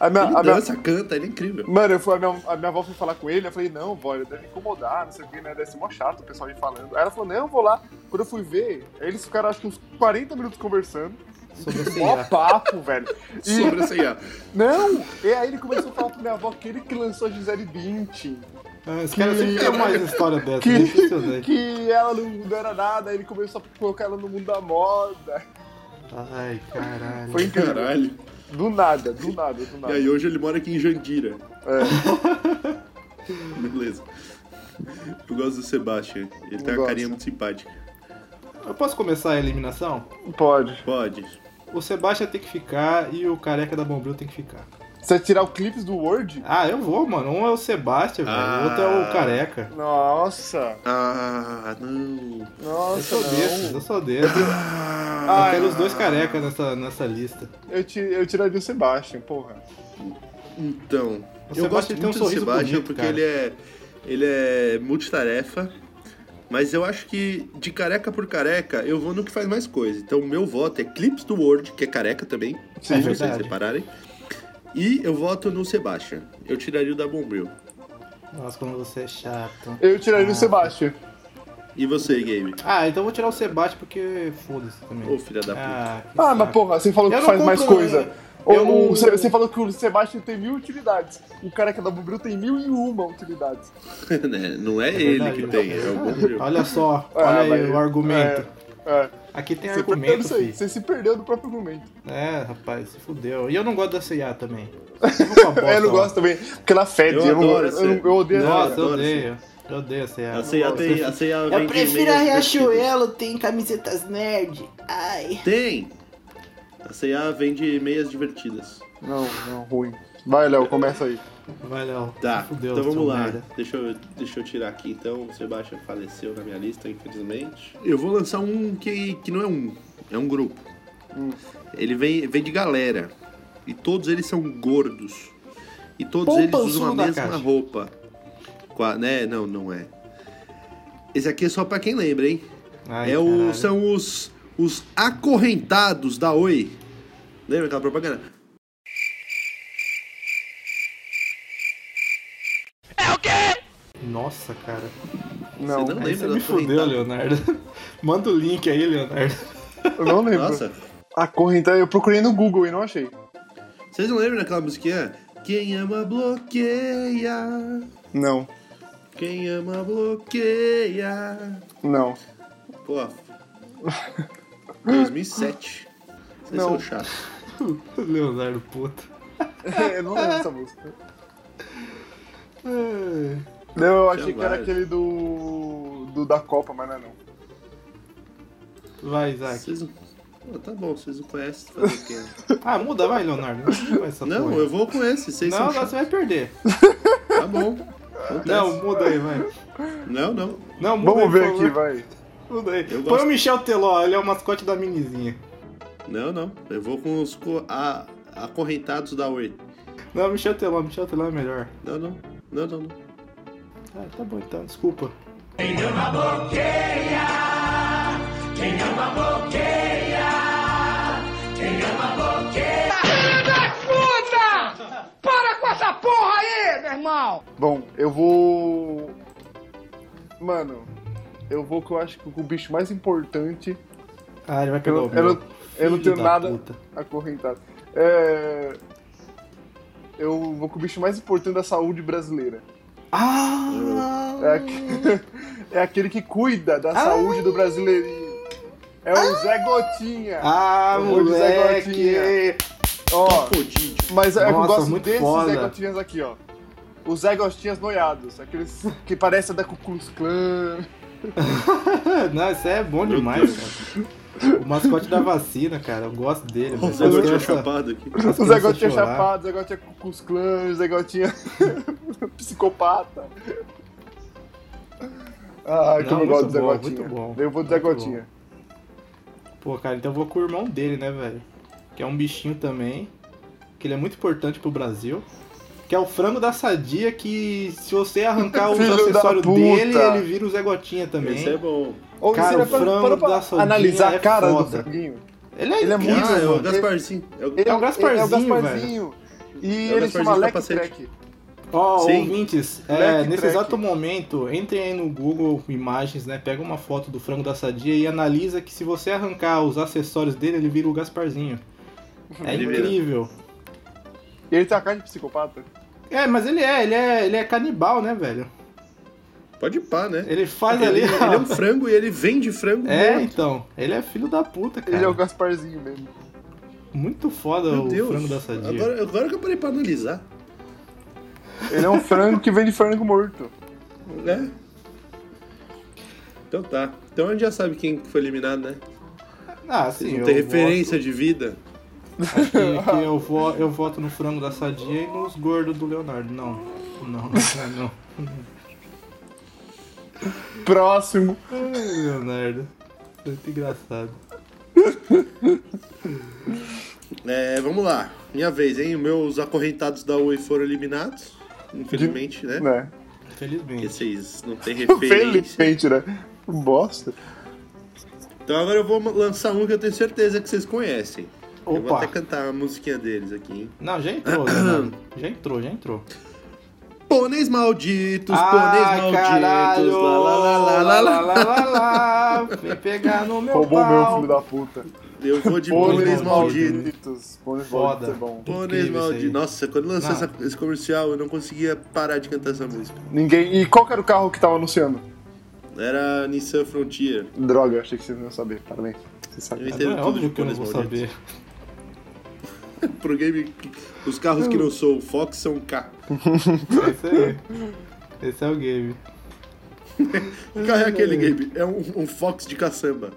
S2: A minha,
S3: Ele
S2: a minha,
S3: dança, canta, ele é incrível.
S2: mano, eu fui, a, minha, a minha avó foi falar com ele, eu falei, não, vó, ele deve incomodar, não sei o que, né? Deve ser mó chato o pessoal ir falando. Aí ela falou, não, eu vou lá. Quando eu fui ver, aí eles ficaram acho que uns 40 minutos conversando.
S1: Sobre a
S2: Mó
S1: CIA.
S2: papo, velho. E
S3: assim, é. Sobre a CIA.
S2: Não! E aí ele começou a falar pra minha avó que ele que lançou a Gisele Bündchen,
S1: Ah, Esse cara sempre tem uma história dessa.
S2: Que-
S1: é impressionante.
S2: que ela não, não era nada, aí ele começou a colocar ela no mundo da moda.
S1: Ai, caralho.
S2: Foi incrível.
S3: Caralho.
S2: Do nada, do nada, do
S3: E
S2: nada.
S3: aí hoje ele mora aqui em Jandira.
S2: É,
S3: <laughs> Beleza. Eu gosto do Sebastian. Ele tem uma
S2: gosto.
S3: carinha muito simpática.
S1: Eu posso começar a eliminação?
S2: pode.
S3: Pode.
S1: O Sebastian tem que ficar e o careca da Bombril tem que ficar.
S2: Você tirar o clipes do Word?
S1: Ah, eu vou, mano. Um é o Sebastian, velho.
S3: Ah.
S1: O outro é o careca.
S2: Nossa,
S3: Ah, não.
S1: Eu
S2: nossa,
S1: sou desses,
S2: não.
S1: eu sou desses.
S3: Ah,
S1: eu quero os dois carecas nessa, nessa lista.
S2: Eu, ti, eu tiraria o Sebastian, porra.
S3: Então,
S1: O
S3: eu
S1: Sebastian
S3: gosto
S1: tem
S3: muito
S1: um
S3: do
S1: sorriso
S3: Sebastian
S1: bonito,
S3: porque
S1: cara.
S3: ele é, ele é multitarefa, mas eu acho que de careca por careca eu vou no que faz mais coisa. Então, o meu voto é Clips do Word, que é careca também,
S1: É
S3: se vocês
S1: verdade.
S3: repararem. E eu voto no Sebastian. Eu tiraria o da Bombril.
S1: Nossa, como você é chato.
S2: Eu tiraria o Sebastian.
S3: E você, Game?
S1: Ah, então eu vou tirar o Sebastian porque foda-se também.
S3: Ô, filha da puta.
S1: ah, que
S2: Ah, mas
S1: saco.
S2: porra, você falou que
S1: Eu não
S2: faz mais
S1: compro-
S2: coisa.
S1: eu
S2: O-
S1: não-
S2: o- você, você falou que o Sebastian tem mil utilidades. O careca da Bubril tem mil e uma utilidades.
S3: <laughs> Né? Não é,
S1: É
S3: ele
S1: verdade,
S3: que
S1: né?
S3: tem, é o Bombril.
S1: Olha só,
S2: Ah,
S1: olha aí
S2: mas-
S1: o argumento.
S2: É.
S1: Aqui tem
S2: Você perdeu
S1: argumento,
S2: isso aí.
S1: filho.
S2: Você se perdeu do próprio argumento.
S1: É, rapaz, se fudeu. E eu não gosto da CIA
S2: <laughs>
S1: também. Eu vou com a bosta,
S2: É, eu não
S1: ó.
S2: gosto também, porque ela fede.
S3: Eu
S2: Eu, não-
S3: adoro
S2: eu,
S3: essa.
S2: não- eu odeio ela.
S1: Nossa,
S3: adoro
S1: eu odeio. Eu odeio a CIA.
S3: A ceia tem. A ceia vende meias vestidas.
S1: tem camisetas nerd. Ai.
S3: Tem! A ceia vende meias divertidas.
S2: Não, não, ruim. Vai, Léo, começa aí.
S1: Vai, Léo.
S3: Tá,
S1: Fudeu,
S3: então vamos
S1: seu
S3: lá.
S1: merda.
S3: Deixa eu, deixa eu tirar aqui então. O Sebastião faleceu na minha lista, infelizmente. Eu vou lançar um que, que não é um, é um grupo.
S1: Hum.
S3: Ele vem, vem de galera. E todos eles são gordos. E todos
S1: Pão
S3: eles usam a
S1: pançudo da
S3: mesma
S1: caixa.
S3: roupa. Qua- né? Não, não é. Esse aqui é só pra quem lembra, hein?
S1: Ai,
S3: é o,
S1: caralho.
S3: são os, os acorrentados da Oi. Lembra aquela propaganda?
S1: Nossa, cara.
S2: Não,
S3: Você não
S1: Aí
S3: lembra
S1: você
S3: da
S1: me fudeu,
S3: correntada?
S1: Leonardo. <laughs> Manda o link aí, Leonardo. <laughs>
S2: eu não lembro.
S3: Nossa,
S2: A correntada, eu procurei no Google e não achei.
S3: Vocês não lembram daquela musiquinha? Quem ama bloqueia.
S2: Não,
S3: Quem ama bloqueia.
S2: não.
S3: Pô. 2007. Vocês
S2: Não.
S3: são chatos.
S1: Leonardo, puto.
S2: <laughs> eu não lembro essa música.
S1: Ai.
S2: Não, eu achei que era
S3: várias.
S2: aquele do. do da Copa, mas não é não.
S1: Vai, Isaac.
S3: Vocês não... Pô, tá bom, vocês
S1: <laughs>
S3: não conhecem fazer o quê?
S1: Ah, muda, vai, Leonardo. Não, vai essa
S3: Não,
S1: porra.
S3: eu vou com esse. Vocês
S1: Não,
S3: são
S1: agora
S3: chatos.
S1: você vai perder.
S3: Tá bom.
S1: Não,
S3: Acontece.
S1: muda aí, vai.
S3: Não, não.
S1: Não, muda aí,
S2: Vamos ver
S1: por
S2: aqui,
S1: favor.
S2: vai.
S1: Muda aí.
S3: Eu
S1: Põe
S3: gosto.
S1: o Michel Teló, ele é o mascote da minizinha.
S3: Não, não. Eu vou com os co- a- acorrentados da Oi.
S1: Não, Michel Teló, Michel Teló é melhor.
S3: Não, não. Não, não, não.
S1: Ah, tá bom então, desculpa.
S5: Filho da puta! Para com essa Não.
S2: Bom, eu vou. Mano, eu vou que eu acho que o bicho mais importante
S1: Ah, ele vai pegar
S2: Eu-
S1: o
S2: eu não-
S1: meu.
S2: eu não
S1: Filho
S2: tenho
S1: da
S2: nada-
S1: puta.
S2: acorrentado. É. Eu vou com o bicho mais importante da saúde brasileira.
S1: Ah!
S2: É, aque- <laughs> é aquele que cuida da saúde do brasileirinho. É o Zé Gotinha.
S1: Ah,
S2: Eu vou de Zé é.
S1: moleque!
S2: Ó,
S3: Codídio.
S2: mas é que eu
S1: Nossa,
S2: gosto
S1: muito
S2: desses Zé
S1: foda.
S2: Gotinhas aqui, ó. Os Zé Gotinhas noiados. Aqueles que parecem da Ku Klux Klan.
S1: não, isso é bom
S3: Meu
S1: demais, cara. O mascote da vacina, cara. Eu gosto dele.
S3: O
S1: mas
S3: Zé
S1: eu
S3: Gotinha
S1: gosto dessa-
S3: chapado aqui.
S1: as
S2: O Zé
S1: crianças
S2: Gotinha
S1: chorar.
S2: chapado, o Zé Gotinha Ku Klux Klan, o Zé Gotinha <laughs> psicopata. Ah,
S1: Não,
S2: como eu
S1: muito
S2: gosto do Zé
S1: bom,
S2: Gotinha.
S1: muito bom.
S2: eu vou do Zé
S1: Muito
S2: Gotinha.
S1: Pô, cara, então eu vou com o irmão dele, né, velho? Que é um bichinho também. Que ele é muito importante pro Brasil. Que é o frango da sadia, que se você arrancar os
S2: <laughs> Filho da
S1: acessórios
S2: puta.
S1: dele, ele vira o Zé Gotinha também.
S3: Esse é bom.
S2: Ou
S1: Cara,
S2: seria
S1: o frango
S2: para- para
S1: da Sodinha
S2: analisar a
S1: é
S2: cara do
S1: foda.
S2: franguinho.
S1: Ele é,
S2: Ele é
S1: incrível,
S2: muito
S3: Ah, é o
S1: mano.
S3: Gasparzinho. É o-
S2: Ele
S1: É o Gasparzinho,
S2: é o Gasparzinho. E
S3: É o
S2: ele chama
S3: Gasparzinho
S2: Leque
S3: capacete.
S2: Trek.
S1: Ó,
S3: Sim.
S1: ouvintes, é,
S2: Leque
S1: nesse
S2: track.
S1: exato momento, entrem aí no Google Imagens, né? Pega uma foto do frango da sadia e analisa que se você arrancar os acessórios dele, ele vira o Gasparzinho. É
S3: Uhum. Ele vira.
S1: incrível.
S2: Ele tem a cara de psicopata.
S1: É, mas ele é, ele é, ele é canibal, né, velho?
S3: Pode pá, né?
S1: Ele faz ali.
S3: Ele,
S1: a-
S3: ele é um frango e ele vende frango
S1: É,
S3: morto.
S1: então. Ele é filho da puta, cara.
S2: Ele é o Gasparzinho mesmo.
S1: Muito foda
S3: Meu
S1: então, o
S3: Deus.
S1: frango da sadia.
S3: Agora, agora que eu parei pra analisar,
S2: Ele é um frango que vem de frango morto.
S3: né? Então tá. Então a gente já sabe quem foi eliminado, né?
S1: Ah,
S3: Vocês
S1: sim. Eu
S3: não tem
S1: voto,
S3: referência de vida.
S1: que, que eu, vo, eu voto no frango da sadia e nos gordos do Leonardo. Não. Não, não, não.
S2: Próximo.
S1: Ai, Leonardo. Muito engraçado.
S3: É, vamos lá. Minha vez, hein? Meus acorrentados da UE foram eliminados. Infelizmente, né?
S2: Né?
S3: Porque
S1: Infelizmente.
S3: vocês
S1: <laughs>
S3: não têm referência.
S2: Felizmente, né? Bosta.
S3: Então agora eu vou lançar um que eu tenho certeza que vocês conhecem. Eu vou
S1: Opa.
S3: até cantar a musiquinha deles aqui, hein?
S1: Não, já entrou, Leonardo. Já entrou, já entrou.
S3: Pôneis malditos,
S1: Ai,
S3: pôneis malditos.
S1: caralho!
S3: Lá, lá, lá, lá, lá, lá.
S1: lá, lá, lá. Vem pegar no meu
S2: Roubou meu
S1: pau.
S2: filho da puta.
S3: Eu vou de
S2: Pôneis
S3: pôneis
S1: Pôneis malditos.
S3: malditos.
S2: malditos. Pôneis malditos
S1: Foda.
S2: é bom.
S3: Pôneis
S1: Incrível isso aí. Ah.
S3: malditos. Nossa, quando lançou
S1: Não.
S3: essa- esse comercial, eu não conseguia parar de cantar essa música.
S2: Ninguém. E qual que era o carro que tava anunciando?
S3: Era Nissan Frontier.
S2: Droga, achei que vocês não iam saber. Parabéns. Vocês
S3: Eu
S2: sabem.
S1: Mas
S3: entendo
S1: É
S3: tudo de
S1: óbvio que eu não
S3: pôneis
S1: vou
S3: malditos.
S1: saber.
S3: Pro game, os carros que não sou o Fox são K.
S1: É isso aí. Esse é o game.
S3: Que carro é aquele game? É um, um Fox de caçamba.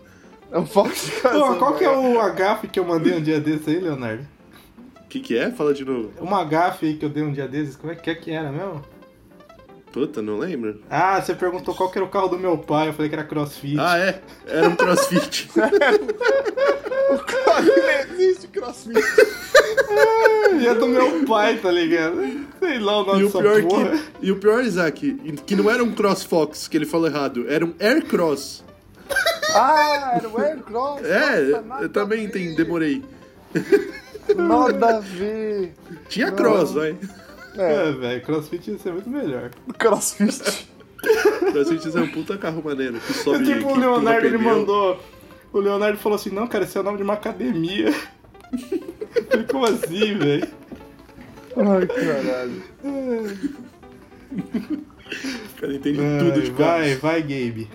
S2: É um Fox de
S1: Pô,
S2: casa,
S1: qual que é
S2: velho.
S1: o agafe que eu mandei um dia desse aí, Leonardo?
S3: O que, que é? Fala de novo.
S1: Uma agafe aí que eu dei um dia desses, como é que é que era mesmo?
S3: Puta, não lembro.
S1: Ah, você perguntou qual que era o carro do meu pai, eu falei que era crossfit.
S3: Ah, é? Era um crossfit.
S2: Não existe crossfit.
S1: <laughs> E é do meu pai, tá ligado? Sei lá o nome
S3: e, o
S1: dessa
S3: pior é
S1: porra.
S3: que, e o pior, é, Isaac, que não era um cross Fox que ele falou errado, era um Air Cross.
S2: Ah, era o Aircross.
S3: É,
S2: nossa, nada
S3: eu também
S2: a ver.
S3: entendi, demorei.
S2: Nada a ver.
S3: Tinha cross, vai.
S2: É,
S1: É, velho, crossfit ia ser muito melhor.
S2: <laughs> crossfit.
S3: Crossfit é um puta carro maneiro. Que sobe,
S2: É
S3: que
S1: tipo, o
S3: empurra
S1: Leonardo, ele
S3: pneu.
S1: mandou... O Leonardo falou assim, não, cara, esse é o nome de uma academia. <laughs> Eu falei, como assim, velho?
S2: Ai, caralho.
S3: O cara entende tudo de carro.
S1: Vai, vai, Gabe.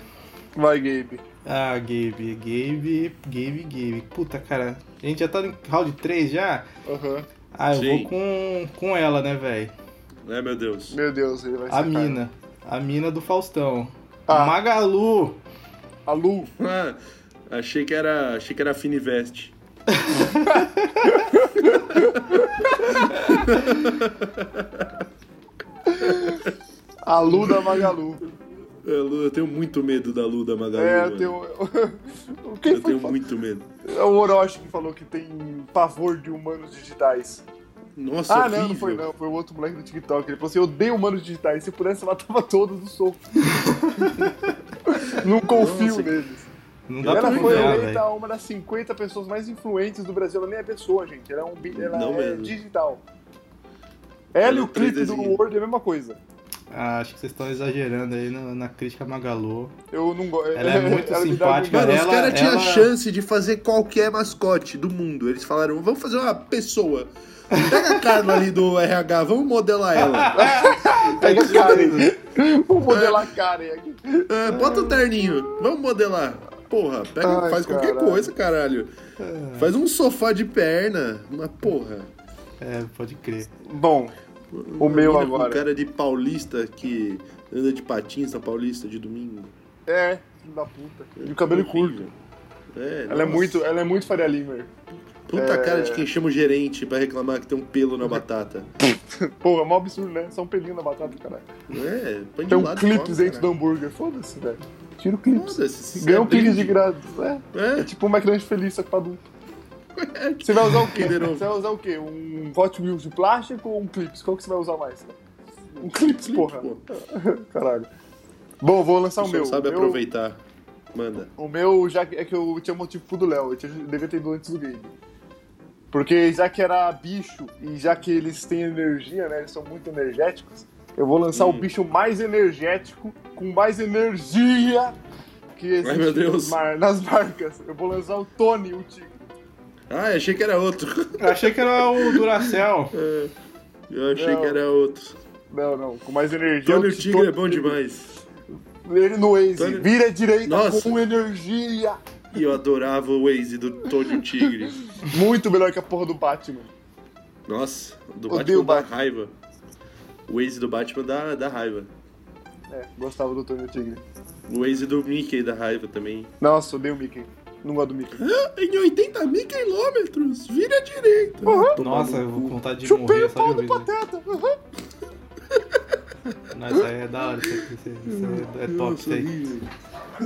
S2: Vai, Gabe.
S1: Ah, Gabe, Gabe, Gabe, Gabe. Puta, cara, a gente já tá em round 3 já?
S2: Aham.
S1: Ah, eu
S3: Sim.
S1: vou com, com ela, né, velho?
S3: Ai, meu Deus.
S2: Meu Deus, ele vai ser.
S1: A mina. A mina do Faustão.
S2: Ah.
S1: Magalu.
S2: A Lu.
S3: Ah, achei que era, achei que era a Finivest.
S2: A Lu da Magalu.
S3: <laughs> É, Lu, Eu tenho muito medo da Lu da Magalu.
S2: É,
S3: mano.
S2: eu <laughs> tenho. Quem
S3: Eu
S2: foi que
S3: tenho
S2: falou?
S3: muito medo.
S2: É o Orochi que falou que tem pavor de humanos digitais.
S3: Nossa,
S2: Ah,
S3: é horrível.
S2: não, não foi não. Foi o outro moleque do TikTok. Ele falou assim: eu odeio humanos digitais. Se pudesse, eu matava <laughs> todos do
S3: <laughs>
S2: soco. não confio
S3: Nossa,
S2: neles.
S1: Não dá pra
S2: Ela foi então.
S1: confiar,
S2: eleita
S1: velho.
S2: uma das 50 pessoas mais influentes do Brasil. Ela nem é pessoa, gente. Ela é, um, bi- ela
S3: Não
S2: é
S3: mesmo.
S2: digital. Ela e
S3: é
S2: o clipe do
S3: três desenhos.
S2: Word é a mesma coisa.
S1: Ah, acho que vocês estão exagerando aí na, na crítica Magalu.
S2: Eu não gosto. <laughs>
S1: Ela é muito
S2: me dá
S1: simpática,
S2: agonia.
S3: Mano, os
S1: Ela-
S3: caras tinham
S1: ela-
S3: a chance de fazer qualquer mascote do mundo. Eles falaram, vamos fazer uma pessoa. Pega a Carla ali do RH, vamos modelar ela.
S2: Pega
S1: Tá
S2: a Karen. Vou modelar a Karen aqui.
S3: Ah, bota o terninho, vamos modelar. Porra, pega,
S2: Ai,
S3: faz qualquer
S2: caralho. Ah.
S3: coisa, caralho. Faz um sofá de perna, uma porra.
S1: É, pode crer.
S2: Bom, o
S3: Uma
S2: meu
S3: mina Com
S2: agora.
S3: cara de paulista que anda de patins na paulista de domingo.
S2: É, filho da puta. E o cabelo curto.
S3: É,
S2: Ela é
S3: nossa.
S2: muito, ela é muito Faria Limer.
S3: Puta cara de quem chama o gerente pra reclamar que tem um pelo na batata.
S2: Porra, é mó absurdo, né? Só um pelinho na batata, caralho.
S3: É, põe de
S2: Tem um
S3: lado e
S2: clipe
S3: come,
S2: dentro do
S3: caralho.
S2: hambúrguer. Foda-se, velho. Tira o clipe.
S3: Foda-se, se
S2: Ganha um
S3: você é
S2: clipe de
S3: brinde.
S2: graça. É. É
S3: É, tipo
S2: tipo uma criança feliz, só que pra adulto. Você vai usar o
S3: <laughs>
S2: quê?
S3: Kinder Ovo.
S2: Você vai usar o quê? Um Hot Wheels de plástico ou um clips? Qual que você vai usar mais? Um clips, porra.
S3: pô.
S2: Caralho. Bom, vou lançar o
S3: Você
S2: Tá, meu.
S3: não sabe
S2: O meu-
S3: aproveitar. Manda.
S2: O meu já que- é que eu tinha motivo pro do Léo, eu tinha- devia ter ido antes do game. Porque já que era bicho e já que eles têm energia, né? Eles são muito energéticos, eu vou lançar
S3: Hum.
S2: o bicho mais energético, com mais energia que existe
S3: meu Deus.
S2: nos mar- nas marcas. Eu vou lançar o Tony, o Tigre.
S3: Ah, eu achei que era outro. <laughs>
S1: Eu achei que era o Duracell.
S3: É, Eu achei
S2: Não.
S3: que era outro.
S2: Não, não, com mais energia.
S3: Tony
S2: eu
S3: o
S2: te-
S3: Tigre é bom demais.
S2: Ele no Waze,
S3: Tony-
S2: vira à direita
S3: Nossa.
S2: com energia.
S3: E eu adorava o Waze do Tony o Tigre.
S2: Muito melhor que a porra do Batman.
S3: Nossa, o do
S2: Odeio o
S3: Batman dá
S2: Batman.
S3: raiva. O Waze do Batman dá, dá raiva.
S2: É, gostava do Tony, o Tigre.
S3: O Waze do Mickey dá raiva também.
S2: Nossa, odeio o Mickey. Não gosto do Mickey.
S3: Em 80 mil quilômetros, vira à direita. Tomar
S1: Nossa,
S3: no
S1: eu vou com vontade de
S2: Chupei
S1: morrer
S2: o
S1: só de
S2: pau
S1: ouvir isso
S2: do
S3: né?
S1: aí.
S2: Pateta. Uhum.
S1: Não, isso aí é da hora, isso, aí- isso aí é, é top
S3: Nossa,
S1: isso aí.
S3: horrível.
S2: A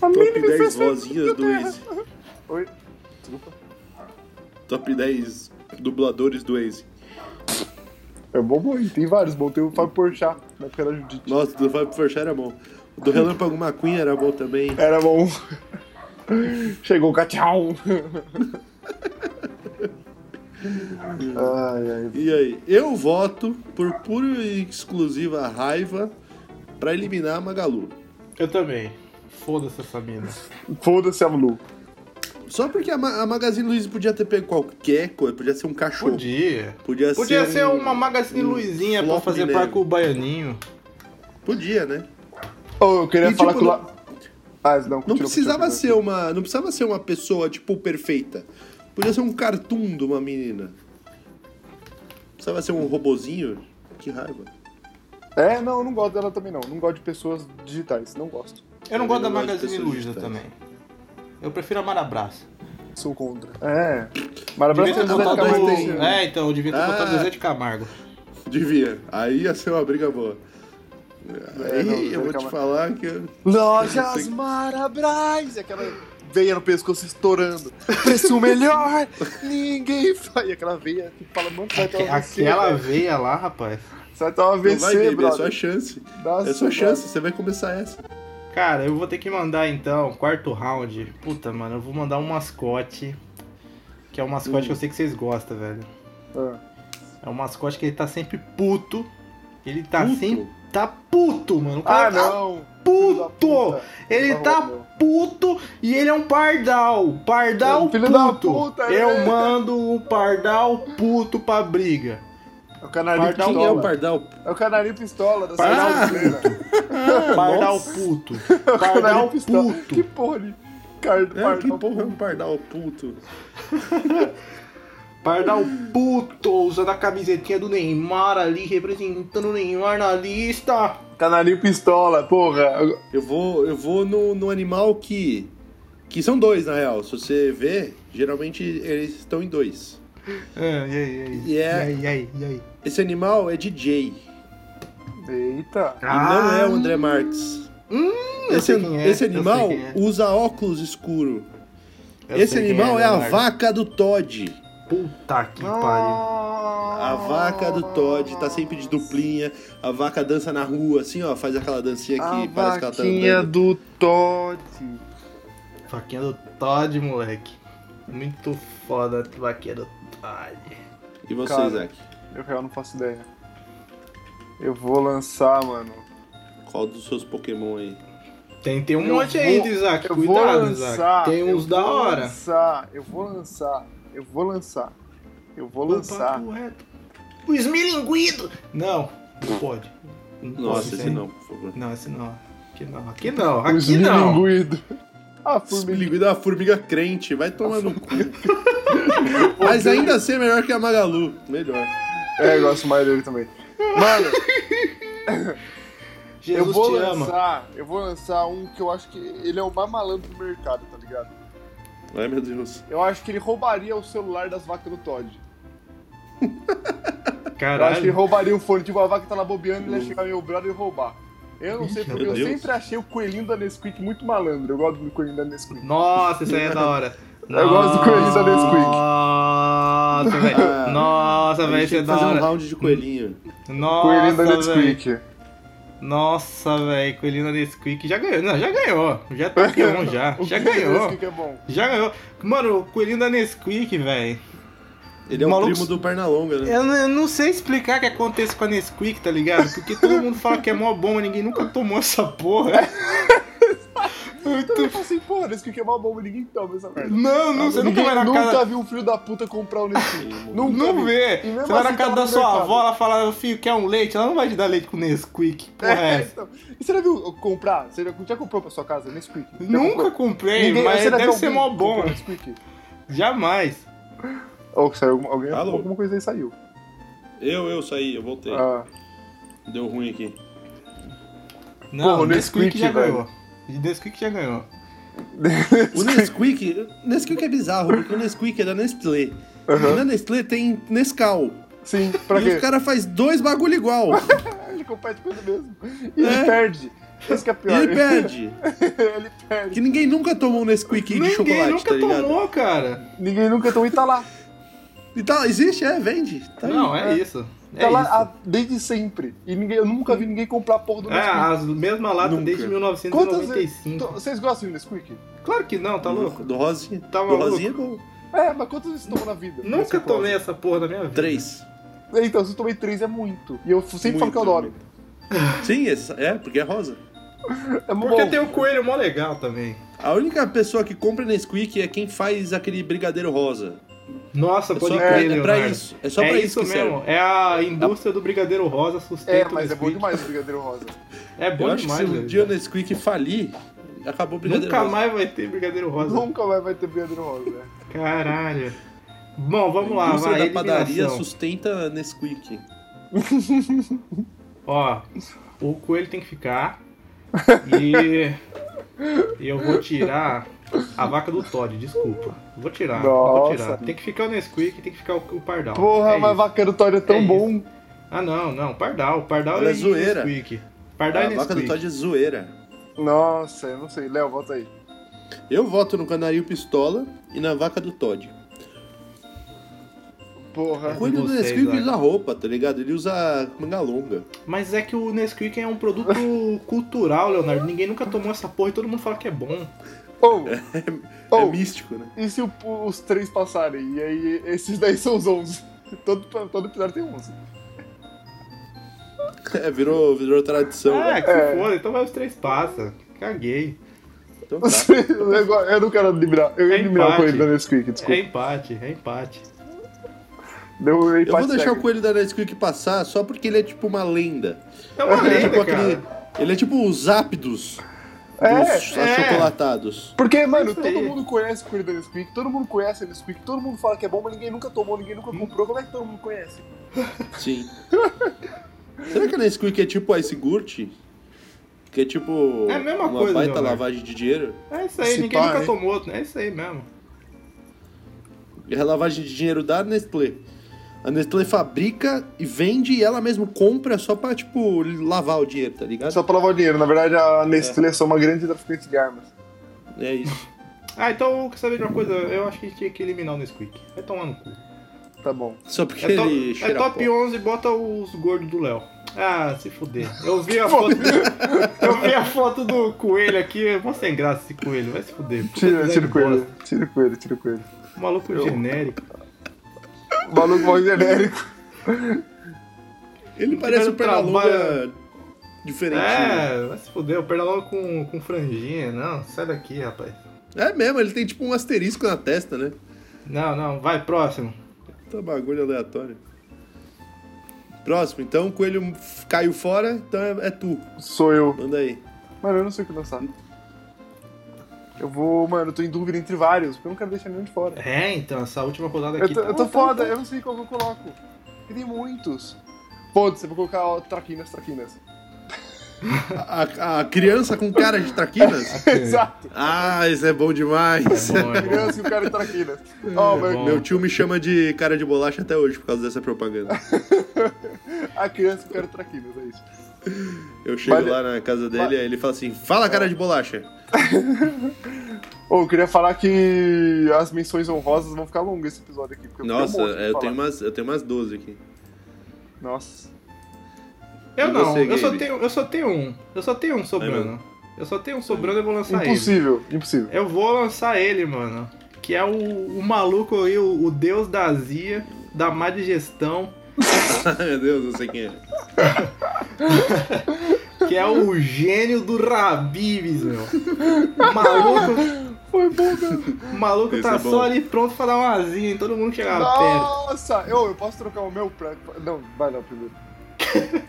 S3: Top
S2: Minnie me fez
S3: 10
S2: feliz
S3: vozinhas do
S2: é terra.
S3: Waze.
S2: Oi.
S3: Top 10 dubladores do Waze.
S2: É bom, bom, hein? tem vários bom. Tem o Fábio Porchat, na época da Judite.
S3: Nossa, o do Fábio Porchat era bom. O do Relâmpago McQueen era bom também.
S2: Era bom. <laughs> Chegou o
S3: <laughs>
S2: Cachão. ai, ai.
S3: E aí, eu voto por pura e exclusiva raiva pra eliminar a Magalu.
S1: Eu também. Foda-se essa mina.
S2: Foda-se a Lu.
S3: Só porque a, Ma- a Magazine Luiza podia ter pego qualquer coisa, podia ser um cachorro.
S1: Podia.
S3: Podia,
S1: Podia
S3: ser,
S1: ser
S3: um-
S1: uma Magazine
S3: um
S1: Luizinha pra
S3: floco
S1: fazer
S3: de
S1: par
S3: neve.
S1: com o Baianinho.
S3: Podia, né?
S2: Oh, eu queria
S3: E,
S2: falar
S3: tipo,
S2: que o
S3: não-
S2: La... Ah, não,
S3: Não
S2: continua,
S3: precisava
S2: continua.
S3: ser uma, não precisava ser uma pessoa tipo perfeita. Podia ser um cartoon de uma menina. Precisava ser um robozinho. Que raiva.
S2: É, não, eu não gosto dela também, não. Não gosto de pessoas digitais, não gosto.
S1: Eu não
S3: Eu
S1: gosto da
S3: não gosto de
S1: Magazine
S3: pessoas
S1: Luiza
S3: digitais.
S1: também. Eu prefiro a Marabraça.
S2: Sou contra. É. Maravilha.
S1: Devia ter
S3: Zé
S1: botado
S3: Camargo
S1: o-
S3: tem, né?
S1: É, então, eu devia ter
S3: Ah.
S1: botado o Zé de Camargo.
S3: Devia. Aí ia ser uma briga boa.
S2: É,
S3: Aí
S2: não,
S3: eu vou te
S2: calma.
S3: falar que. eu-
S2: Lojas Marabras! E aquela veia no pescoço estourando. Preço
S3: <laughs>
S2: melhor! ninguém faz. E aquela veia que fala, mano, sai
S1: Aque-
S2: teu AVC.
S1: Aquela
S2: velho.
S1: veia lá, rapaz.
S2: Sai teu
S3: Não vai,
S2: AVC,
S3: baby, é sua
S2: brother.
S3: chance.
S2: Dá
S3: É sua
S2: sua-
S3: chance, você vai começar essa.
S1: Cara, eu vou ter que mandar então, quarto round. Puta, mano, eu vou mandar um mascote. Que é um mascote que eu sei que vocês gostam, velho.
S2: Hum. Ah.
S1: É um mascote que ele tá sempre puto. Ele tá
S3: Puto?
S1: sempre. Tá puto, mano. O cara
S2: Ah,
S1: tá
S2: não! Filho da
S1: puto!
S2: puta.
S1: Ele
S2: Tá
S1: tá
S2: roubando.
S1: puto e ele é um pardal. Pardal
S2: um Filho da
S1: puto.
S2: puta,
S1: Eu
S2: é.
S1: mando o pardal puto pra briga.
S2: É o canarinho
S1: Pardal
S2: pistola.
S3: Quem é o Pardal?
S2: É o canarinho pistola da
S1: Pardal.
S2: cidade brasileira.
S1: Pardal
S3: nossa.
S1: puto.
S2: É Ah, <laughs> o
S1: Pardal
S2: canarinho pistola.
S1: puto.
S2: Que porra de... Car...
S3: É, que porra é um Pardal puto?
S1: Pardal um puto, usando a camisetinha do Neymar ali, representando o Neymar na lista.
S2: Canarinho pistola, porra.
S3: Eu vou, eu vou no, no animal que. Que são dois, na real. Se você vê, geralmente eles estão em dois.
S1: Ah, e aí, e aí? E
S3: E é-
S1: aí, e aí, e aí?
S3: Esse animal é DJ.
S2: Eita.
S3: E não é o André Marques.
S1: eu
S3: esse,
S1: Ah, sei quem é,
S3: esse
S1: eu sei
S3: animal
S1: quem é.
S3: usa óculos escuro.
S1: Eu
S3: esse
S1: sei quem
S3: animal é, a
S1: Leonardo.
S3: vaca Ah. do Todd.
S1: Puta que pariu.
S3: A
S2: A
S3: vaca do Todd tá sempre de duplinha. A vaca dança na rua, assim, ó. Faz aquela dancinha que
S2: A
S3: parece que ela tá
S2: vaquinha
S3: andando.
S2: do Todd.
S1: Vaquinha do Todd, moleque. Muito foda a vaquinha do Todd.
S3: E você,
S2: Cara.
S3: Isaac?
S2: Eu real não faço ideia. Eu vou lançar, mano.
S3: Qual dos seus Pokémon aí?
S1: Tem, tem um
S2: Eu
S1: monte
S2: vou-
S1: ainda, Isaac.
S2: Eu vou
S1: Cuidado,
S2: lançar.
S1: Isaac. Tem
S2: eu
S1: uns da
S2: vou
S1: hora.
S2: Lançar, eu vou lançar. Eu vou lançar. Eu vou lançar.
S1: O papo reto. O esmilinguido! Não, não pode. Não
S3: Nossa,
S1: pode,
S3: esse
S1: tem.
S3: não, por favor.
S1: Não, esse não. Aqui não. Aqui não.
S2: Os
S1: Aqui não.
S2: milinguido. Ah, formiga.
S3: Formiga da formiga crente, vai tomar no cu. <laughs> Mas ainda assim é melhor que a Magalu. Melhor.
S2: É, eu gosto mais dele também.
S1: <laughs>
S2: Mano,
S1: Jesus
S2: eu vou
S1: te ama.
S2: lançar. Eu vou lançar um que eu acho que ele é o mais malandro do mercado, tá ligado?
S3: Ai meu Deus.
S2: Eu acho que ele roubaria o celular das vacas do Todd. Eu acho que ele
S1: Caralho.
S2: roubaria o fone. Tipo, a vaca tá lá bobeando, ele ia chegar no meu brother e roubar. Eu não sei,
S1: Ixi,
S2: porque
S3: meu
S2: eu
S3: Deus.
S2: sempre achei o coelhinho da Nesquik muito malandro. Eu gosto do coelhinho da Nesquik.
S1: Nossa, isso aí é da hora.
S2: <laughs> Eu gosto do coelhinho da Nesquik.
S1: Nossa,
S2: <laughs>
S3: Ah,
S1: velho. Nossa, velho, isso é
S3: Tem que
S1: da
S3: fazer um
S1: hora.
S3: round de coelhinho.
S2: coelhinho da
S1: Nossa, velho.
S2: Nesquik.
S1: Nossa, velho, coelhinho da Nesquik. Já ganhou. Não, já ganhou. Já tá aqui um, já.
S2: <laughs> O
S1: Já
S2: coelhinho da
S1: ganhou.
S2: Nesquik é bom.
S1: Já ganhou. Mano, o coelhinho da Nesquik, velho.
S3: Ele é um
S1: Maluco-
S3: primo do Pernalonga, né?
S1: Eu, n- eu não sei explicar o que acontece com a Nesquik, tá ligado? Porque todo mundo fala que é mó bom, mas ninguém nunca tomou essa
S2: <laughs>
S1: porra. <laughs>
S2: Então eu falo assim, pô, Nesquik é uma bomba, ninguém toma essa merda.
S1: Não, não, você nunca
S2: Ninguém
S1: vai na
S2: nunca
S1: casa.
S2: viu um filho da puta comprar um Nesquik. nunca
S1: Não
S2: vi.
S1: vê.
S2: E mesmo
S1: Você vai na
S2: assim,
S1: casa
S2: tá
S1: da
S2: no
S1: sua
S2: mercado.
S1: avó, ela fala, filho, quer um leite? Ela não vai te dar leite com Nesquik. que Porra, é
S2: É,
S1: essa?
S2: então. E você já viu comprar? Você já, já comprou pra sua casa Nesquik? Já
S1: Nunca
S2: comprou?
S1: comprei,
S2: Ninguém-
S1: mas
S2: você já
S1: deve
S2: viu
S1: ser
S2: alguém
S1: mó bom. né?
S2: comprando Nesquik?
S1: Jamais.
S2: Ou que saiu algum- alguém,
S3: Alô?
S2: alguma coisa aí saiu.
S3: Eu, eu saí, eu voltei.
S2: Ah,
S3: Deu ruim aqui.
S1: Não,
S2: Porra, o
S1: Nesquik,
S2: Nesquik,
S1: já
S2: velho.
S1: ganhou. Nesquik já ganhou.
S3: O Nesquik, o Nesquik é bizarro, porque o Nesquik é da Nestlé. E na Nestlé tem Nescau.
S2: sim, pra
S3: e
S2: quê?
S3: os caras faz dois
S1: <laughs>
S3: bagulho igual.
S2: Ele compete com ele mesmo. E
S3: É.
S2: ele perde. Esse que é
S3: e
S2: pior.
S3: ele perde.
S2: <laughs> ele perde.
S3: Que ninguém nunca tomou um Nesquik de
S1: Ninguém
S3: chocolate,
S1: nunca
S3: tá ligado?
S1: tomou, cara.
S2: Ninguém nunca tomou e tá lá.
S3: E tá, existe, é, vende. Tá aí.
S1: Não, é
S2: é.
S1: isso.
S2: Tá
S1: É
S2: lá
S1: isso.
S2: há- desde sempre. E ninguém, eu nunca vi ninguém comprar a porra do
S1: É,
S2: Nesquik.
S1: as mesmas latas
S3: Nunca.
S1: desde
S2: Quantas vezes?
S1: 1995.
S2: Então, Vocês gostam de Nesquik?
S1: Claro que não, tá
S3: Hum.
S1: louco?
S3: Do Rosinha.
S1: Tá
S3: do
S1: maluco?
S3: Rosinha é bom.
S2: É, mas quantas vezes você tomou na vida?
S1: Nunca
S2: Nesquik Rosa?
S1: tomei essa porra da minha vida.
S3: Três.
S2: Então, se eu tomei três é muito. E eu sempre falo que eu adoro.
S3: Muito, muito. Sim, essa- é, porque é rosa.
S2: É muito
S1: Porque
S2: bom.
S1: tem o coelho mó legal também.
S3: A única pessoa que compra Nesquik é quem faz aquele brigadeiro rosa.
S1: Nossa,
S3: É,
S1: pode
S3: só,
S1: crer,
S3: é, é
S1: Leonardo.
S3: pra isso. É só
S1: é
S3: pra
S1: isso
S3: isso, que
S1: mesmo.
S3: serve.
S1: É a indústria do brigadeiro rosa
S2: É,
S1: sustenta o
S2: mas é bom
S1: Nesquik.
S2: demais o brigadeiro rosa.
S1: É bom
S3: Eu acho
S1: demais,
S3: que se um
S1: velho.
S3: dia o Nesquik falir, acabou o brigadeiro
S1: Nunca
S3: rosa.
S1: mais vai ter brigadeiro rosa.
S2: Nunca mais vai ter brigadeiro rosa. né?
S1: é Caralho. Bom, vamos
S3: a
S1: lá,
S3: indústria
S1: vai.
S3: da padaria
S1: eliminação.
S3: sustenta Nesquik.
S1: Ó, o coelho tem que
S2: <laughs>
S1: ficar. E eu vou tirar a vaca do Todd, desculpa. Vou tirar, vou
S2: Nossa.
S1: tirar. Tem que ficar o Nesquik, tem que ficar o, o Pardal.
S2: Porra,
S1: É
S2: mas
S1: isso.
S2: vaca do Todd é tão
S1: É
S2: bom.
S1: Ah, não, não, Pardal. Pardal
S3: Ela
S1: é
S3: é zoeira.
S1: Nesquik.
S3: A
S1: Pardal é
S3: vaca do
S1: Nesquik.
S3: Todd é zoeira.
S2: Nossa, eu não sei. Léo, volta aí.
S3: Eu voto no Canarinho Pistola e na vaca do Todd.
S2: Porra.
S3: Cuida do
S1: vocês,
S3: Nesquik
S1: olha.
S3: ele usa roupa, tá ligado? Ele usa manga longa.
S1: Mas é que o Nesquik é um produto
S2: <laughs>
S1: cultural, Leonardo. Ninguém nunca tomou essa porra e todo mundo fala que é bom.
S2: Ou,
S3: É
S2: ou,
S3: místico, né? <laughs>
S2: e se o- os três passarem? E aí, esses daí são os 11. <laughs> Todo, todo episódio tem 11.
S3: É, virou, virou tradição.
S1: Ah,
S3: né?
S1: que
S2: É.
S1: se foda, então vai os três passa. Caguei.
S2: <laughs>
S3: Então tá.
S2: Os três- o negócio- <laughs> eu não quero eliminar. Eu ia
S1: É
S2: eliminar o
S1: empate.
S2: coelho da Nesquik,
S1: É
S2: desculpa.
S1: empate, é empate.
S2: Deu um
S3: Eu vou
S2: empate
S3: deixar o
S2: técnico.
S3: coelho da Nesquik passar só porque ele é tipo uma lenda.
S1: É uma
S3: Ele é
S1: lenda,
S3: tipo
S1: cara.
S3: aquele- Ele é tipo os ápidos
S2: É,
S3: dos
S1: é.
S3: achocolatados.
S2: Porque, mano,
S1: Isso
S2: todo
S1: aí.
S2: mundo conhece o coelho da Nesquik, todo mundo conhece a Nesquik, todo mundo fala que é bom, mas ninguém nunca tomou, ninguém nunca comprou. Como é que todo mundo conhece?
S3: Sim. Será que a Nesquik é tipo Ice Gurt? Que é tipo
S1: É a mesma
S3: uma
S1: coisa,
S3: baita
S1: Leonardo.
S3: lavagem de dinheiro?
S1: É isso aí,
S2: Se
S1: ninguém
S2: pá, né?
S1: nunca
S2: hein?
S1: tomou, é isso aí mesmo.
S3: É a lavagem de dinheiro da Nestlé. A Nestlé fabrica e vende e ela mesma compra só pra, tipo, lavar o dinheiro, tá ligado?
S2: Só pra lavar o dinheiro. Na verdade, a Nestlé é só uma grande traficante de armas.
S3: É isso.
S1: Ah, então, quer saber de uma coisa? Eu acho que a gente tinha que eliminar o Nesquik. É tomar no cu.
S2: Tá bom.
S3: Só porque
S1: É, to-
S3: ele
S1: é
S3: cheira a
S1: top
S3: pó.
S1: 11 bota os gordos do Léo. Ah, se
S2: <laughs>
S1: fuder. Eu vi a foto. eu vi a foto do coelho aqui, é mó sem graça esse coelho, vai se fuder. Puta um
S2: Tira,
S1: que
S2: tira o coelho.
S1: bosta.
S2: Tira o coelho, tira o coelho.
S1: Maluco genérico.
S2: Maluco mal genérico.
S3: Ele parece um Pernalonga
S1: trabalho.
S3: diferente. né?
S1: É, vai se fuder, o Pernalonga com, com franjinha. Não, sai daqui, rapaz.
S3: É mesmo, ele tem tipo um asterisco na testa, né?
S1: Não, não, vai, próximo.
S3: Tá bagulho aleatório. Próximo, então, coelho f- caiu fora, então é, é tu.
S2: Sou eu.
S3: Manda aí.
S2: Mano, eu não sei o que lançar. Eu vou, mano, eu tô em dúvida entre vários, porque eu não quero deixar nenhum de fora.
S1: É, então, essa última rodada
S2: Eu
S1: aqui.
S2: tô,
S1: tá-
S2: eu tô foda, eu não sei qual que eu coloco. E tem muitos. Foda-se, eu vou colocar ó, traquinas, traquinas. <laughs>
S3: A, a- a criança com cara de traquinas?
S2: Exato.
S3: Ah, isso é
S1: <laughs>
S3: bom demais.
S1: É bom, é bom.
S2: Criança e o cara
S1: <laughs>
S2: de traquinas. Ó, mas
S1: É, bom.
S3: Meu tio me chama de cara de bolacha até hoje por causa dessa propaganda.
S2: a criança e o cara de traquinas, é isso.
S3: Eu chego
S2: Mas-
S3: lá na casa dele e ele fala assim: fala cara de bolacha.
S2: Ô, eu queria falar que as menções honrosas vão ficar longas esse episódio aqui. Porque eu tenho um
S3: Nossa,
S2: monte pra
S3: eu
S2: falar.
S3: tenho, umas, eu tenho umas 12 aqui. <laughs>
S2: Nossa.
S1: Eu
S3: E
S1: não,
S3: você,
S1: eu, só
S3: Gabe?
S1: tenho, eu só tenho um. Eu só tenho um sobrando. Eu só tenho um sobrando e vou lançar ele.
S2: Impossível, impossível.
S1: Eu vou lançar ele, mano. Que é o, o maluco aí, o, o deus da azia, da má digestão,
S3: Ai, Meu Deus, não sei quem é.
S1: que é o gênio do Rabibs, meu. O Maluco,
S2: Foi bom, mesmo.
S1: o maluco
S3: Esse
S1: tá
S3: é bom.
S1: só ali pronto pra dar uma asinha em todo mundo que chegava Ah, perto.
S2: Nossa! Eu, eu posso trocar o meu pra. Não, vai lá primeiro.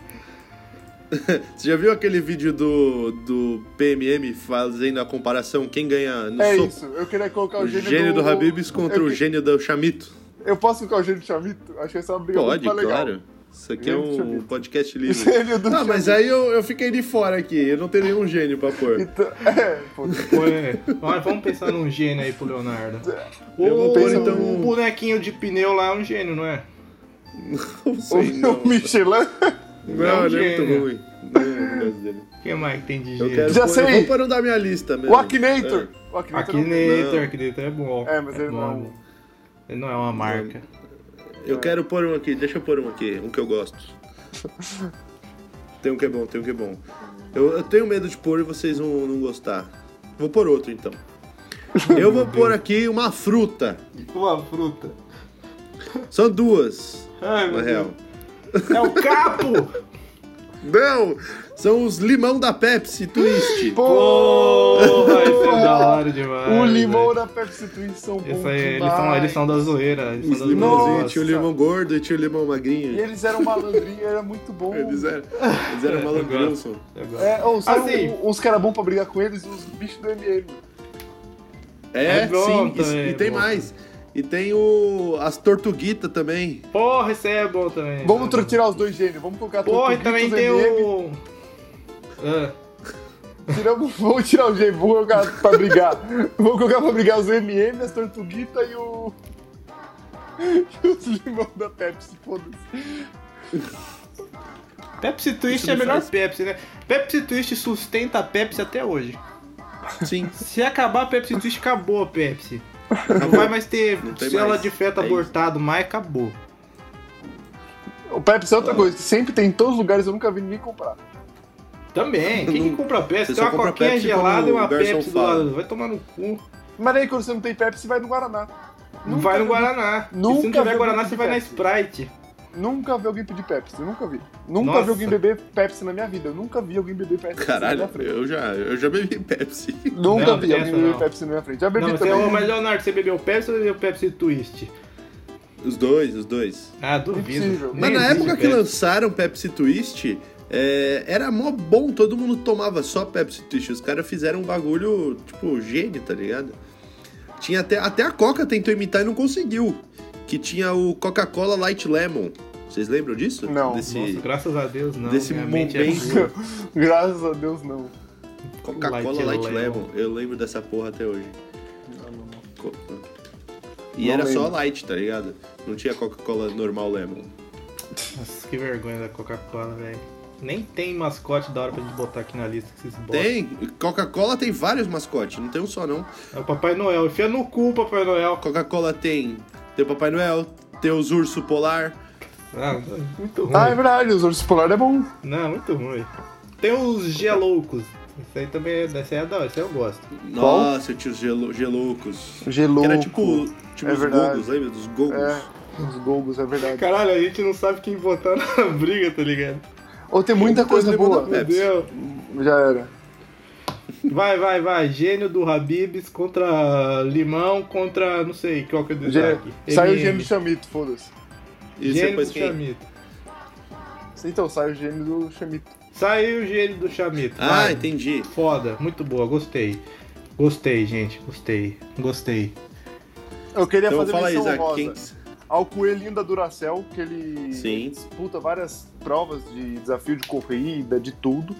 S3: Você já viu aquele vídeo do, do PMM fazendo a comparação quem ganha no
S2: É
S3: soco?
S2: isso, eu queria colocar o,
S3: O
S2: gênio,
S3: gênio do, Habibs contra
S2: eu
S3: o
S2: que-
S3: gênio do Chamito?
S2: Eu posso colocar o gênio do Chamito? Acho que essa é uma briga
S3: Pode,
S2: muito mais legal. <laughs>
S3: claro. Isso aqui é
S2: Gênio do
S3: um
S2: Chamito. <laughs>
S3: podcast
S2: O
S3: livre.
S2: gênio do
S3: Não,
S1: é-
S3: mas
S2: Chamito.
S3: aí eu, eu fiquei de fora aqui. Eu não tenho nenhum gênio pra pôr.
S2: Então, é, pô.
S1: Foi. Mas vamos pensar num gênio aí pro Leonardo.
S3: Eu vou
S1: O-
S3: pôr, então,
S1: O bonequinho de pneu lá é um gênio, não é?
S3: <laughs> Não
S2: O
S3: sei, não.
S2: meu Michelin.
S1: é um
S3: Não, ele é muito
S1: gênio.
S3: ruim. Não, eu não gosto dele.
S1: O que mais que tem de
S3: Eu
S1: gênio?
S3: quero
S2: Já
S3: pôr,
S2: sei.
S3: Eu vou pôr um da minha lista mesmo.
S2: O Akinator.
S3: É.
S2: O Akinator. não-
S1: Akinator,
S3: Não.
S1: Akinator é bom.
S2: É, mas ele
S1: bom.
S2: não.
S1: Ele não é uma marca.
S3: Eu quero pôr um aqui, deixa eu pôr um aqui, um que eu gosto. Tem um que é bom, tem um que é bom. Eu, eu tenho medo de pôr e vocês vão não gostar. Vou pôr outro
S2: <laughs>
S3: então. Eu vou pôr aqui uma fruta.
S2: Tipo
S1: Uma fruta.
S3: São duas,
S1: Ai,
S3: na
S1: meu
S3: real.
S1: Deus. É o capo!
S2: <laughs>
S3: Não! São os limão da Pepsi Twist.
S1: Porra, isso é da hora
S2: O
S1: demais.
S3: é, né?
S2: limão
S1: velho.
S2: da Pepsi Twins são bons
S1: Isso aí, eles
S2: demais.
S1: são, eles são da zoeira. Eles
S3: Os
S1: são da
S3: limãozinhos,
S1: zoeira.
S3: tinha o limão gordo e tinha o limão
S2: E
S3: magrinho.
S2: eles eram malandrinhos, era muito bom.
S3: Eles eram, eles
S1: <laughs>
S3: eram
S1: É, eu
S3: malandrão,
S1: gosto.
S3: são.
S1: Eu gosto.
S2: É, ou sabe
S1: Assim.
S2: um- uns caras bons pra brigar com eles, os bichos do MM.
S3: É,
S1: É bom
S3: sim, e-
S1: também,
S3: e, tem
S1: bom.
S3: mais. E tem o as tortuguitas também.
S1: Porra, esse é bom também.
S2: Vamos
S1: Então,
S2: tirar os dois gênios, vamos colocar
S1: Porra, e
S2: Tortuguitos,
S1: também tem
S2: MM,
S1: o. Ah,
S2: tiramos- Vamos tirar o gênio, vamos colocar pra brigar. vamos colocar pra brigar os MM, as Tortuguitas e o. E os limão da Pepsi, foda-se.
S1: Pepsi Twist é a melhor Pepsi, né? Pepsi Twist sustenta a Pepsi até hoje. <laughs>
S3: Sim.
S1: Se acabar a Pepsi Twist, acabou a Pepsi. Não vai mais ter
S3: Não tem
S1: célula
S3: mais.
S1: de feto
S3: É isso.
S1: abortado, mais acabou.
S2: O Pepsi é outra coisa, que sempre tem em todos os lugares, eu nunca vi ninguém comprar.
S1: Também, quem que
S3: Não-
S1: compra Pepsi? Tem
S3: Você só
S1: uma
S3: compra
S1: coquinha
S3: Pepsi
S1: gelada
S3: quando
S1: e uma
S3: o garçom
S1: Pepsi do
S3: fala.
S1: lado. Vai tomar no cu.
S2: Mas aí quando você não tem Pepsi, vai no Guaraná.
S1: Não
S2: Nunca
S1: vai no
S2: vi-
S1: Guaraná. E se
S2: Nunca
S1: não tiver
S2: vi
S1: Guaraná,
S2: muito
S1: você vai na
S2: Pepsi.
S1: Sprite.
S2: Nunca vi alguém pedir Pepsi, eu nunca vi. Nunca
S1: Nossa.
S2: vi alguém beber Pepsi na minha vida, eu nunca vi alguém beber Pepsi na
S3: Caralho,
S2: minha frente.
S3: eu já, eu já bebi Pepsi.
S2: Nunca
S1: Não,
S2: vi
S1: tem
S2: alguém
S1: essa
S2: beber
S1: não.
S2: Pepsi na minha frente. Já bebi
S1: Não, você
S2: também.
S1: é o mas Leonardo, você bebeu Pepsi ou bebeu Pepsi Twist?
S3: Os dois, os dois.
S1: Ah, duvido.
S2: Impossível.
S1: Nem
S3: Mas na
S1: existe
S3: época que
S1: Pepsi.
S3: lançaram Pepsi Twist, é, era mó bom, todo mundo tomava só Pepsi Twist. Os caras fizeram um bagulho, tipo, gênio, tá ligado? Tinha até, até a Coca tentou imitar e não conseguiu. Que tinha o Coca-Cola Light Lemon. Vocês lembram disso?
S2: Não.
S3: Desse
S1: Nossa, graças a Deus, não.
S3: desse
S1: Minha mente é
S3: momento.
S1: pura.
S2: Graças a Deus, não.
S3: Coca-Cola
S1: Light
S3: Light,
S1: Lemon.
S3: Lemon. Eu lembro dessa porra até hoje.
S2: Não, não, não.
S3: Co- E
S2: Não
S3: era só
S2: lembro.
S3: Light, tá ligado? Não tinha Coca-Cola normal Lemon.
S1: Nossa, que vergonha da Coca-Cola, velho. Nem tem mascote da hora pra gente botar aqui na lista que vocês botam.
S3: Tem, Coca-Cola tem vários mascotes, não tem um só não.
S1: É o Papai Noel. Enfia no cu, Papai Noel.
S3: Coca-Cola tem, tem o Papai Noel, tem os urso polar,
S1: Ah, muito ruim.
S2: Ah, é verdade, os ursos polar é bom.
S1: Não, muito ruim. Tem os geloucos. Isso aí também é, esse aí é da hora, esse aí eu gosto.
S3: nossa, tinha os gelo, geloucos. Que
S2: Gelouco.
S3: era tipo, tipo
S2: É
S3: os
S2: verdade.
S3: gogos, lembra dos gogos?
S2: É. Os gobos, é verdade.
S1: Caralho, a gente não sabe quem votar na <laughs> briga, tá ligado?
S2: Ou tem muita coisa
S1: Levando a
S2: boa. É,
S3: Pepsi.
S1: Fudeu.
S2: Já era.
S1: Vai, vai, vai. Gênio do Habibs contra Limão contra não sei qual que é o
S2: Gê-
S1: destaque.
S2: Sai o
S1: MM.
S2: gênio do Chamito, foda-se.
S3: E
S1: Gênio
S3: depois
S1: do
S3: quem?
S1: Chamito.
S2: Então, sai o gênio do Chamito.
S1: Saiu o gênio do Chamito.
S3: Ah,
S1: vai.
S3: entendi.
S1: Foda, muito boa, gostei. Gostei, gente, gostei. Gostei.
S2: Eu queria
S3: Então
S2: fazer
S3: fala aí,
S2: menção
S3: Isaac.
S2: rosa
S3: Quem...
S2: ao coelhinho da Duracell, que ele
S3: Sim.
S2: disputa várias provas de desafio de corrida, de tudo.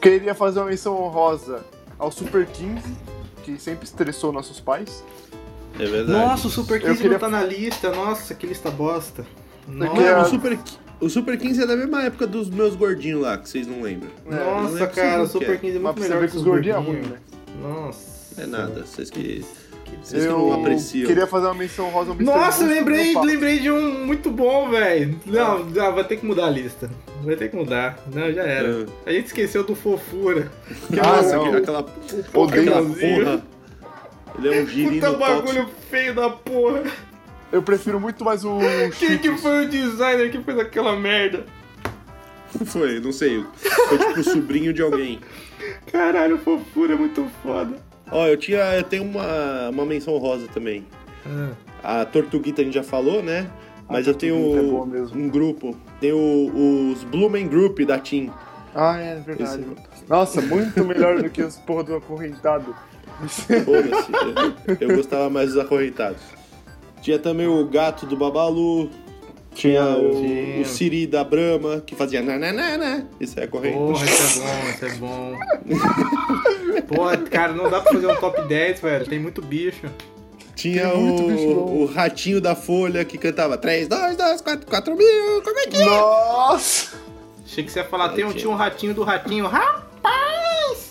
S2: Queria fazer uma menção honrosa ao Super 15, que sempre estressou nossos pais.
S3: É verdade.
S1: Nossa, o Super
S2: Eu
S1: 15
S2: queria- É
S1: não tá na lista. Nossa, que lista bosta. Nossa,
S2: queria-
S3: Mano, o Super, o Super 15 é da mesma época dos meus gordinhos lá, que vocês não lembram.
S2: É,
S1: nossa,
S3: não é
S1: cara,
S3: possível
S1: o Super 15 é
S2: mas
S1: muito
S2: pra você
S1: melhor
S2: ver
S1: que
S2: que os gordinhos é ruim, né?
S1: Nossa.
S3: É nada, vocês que, vocês que não
S2: Eu
S3: apreciam.
S2: queria fazer uma menção rosa ao Mr.
S1: Nossa,
S2: Gusto
S1: lembrei,
S2: do Pato.
S1: lembrei de um muito bom, velho. Não, ah, vai ter que mudar a lista. Vai ter que mudar. Não, já era.
S3: Ah.
S1: A gente esqueceu do Fofura. Que é
S2: Ah,
S1: um-
S3: Nossa,
S2: não.
S3: aquele- aquela,
S2: Odeio.
S3: aquela porra. Ele é um girino
S1: Puta
S3: tóxico.
S1: bagulho feio da porra.
S2: Eu prefiro muito mais o.
S1: Quem que
S2: Cheetos.
S1: foi o designer que fez aquela merda?
S3: Foi, não sei. Foi tipo o sobrinho de alguém.
S1: Caralho, fofura é muito foda.
S3: Ó, eu tinha. Eu tenho uma, uma menção rosa também. Ah, A Tortuguita a gente já falou, né? Mas
S2: A
S3: eu tenho
S2: Tortuguita é boa mesmo.
S3: um grupo. Tem o- os Blumen Group da Team.
S2: Ah, é verdade. Nossa, muito melhor do que os porra do acorrentado.
S3: é Foda-se. né? Eu, eu gostava mais dos acorrentados. Tinha também o gato do Babalu. Tinha o,
S1: Tinha.
S3: o Siri da Brahma, que fazia nananana. Isso é corrente.
S1: Porra, isso é bom, isso é bom. é
S3: <laughs>
S1: Porra, cara, não dá pra fazer um top 10, velho. Tem muito bicho.
S3: Tinha
S2: Tem é muito bicho
S3: o,
S2: bom.
S3: o ratinho da Folha que cantava 3, 2, 2, 4, 4 mil. Como é que
S2: Nossa!
S1: Achei que você ia falar, tem um,
S3: Ratinho.
S1: tinha um ratinho do ratinho. Ah!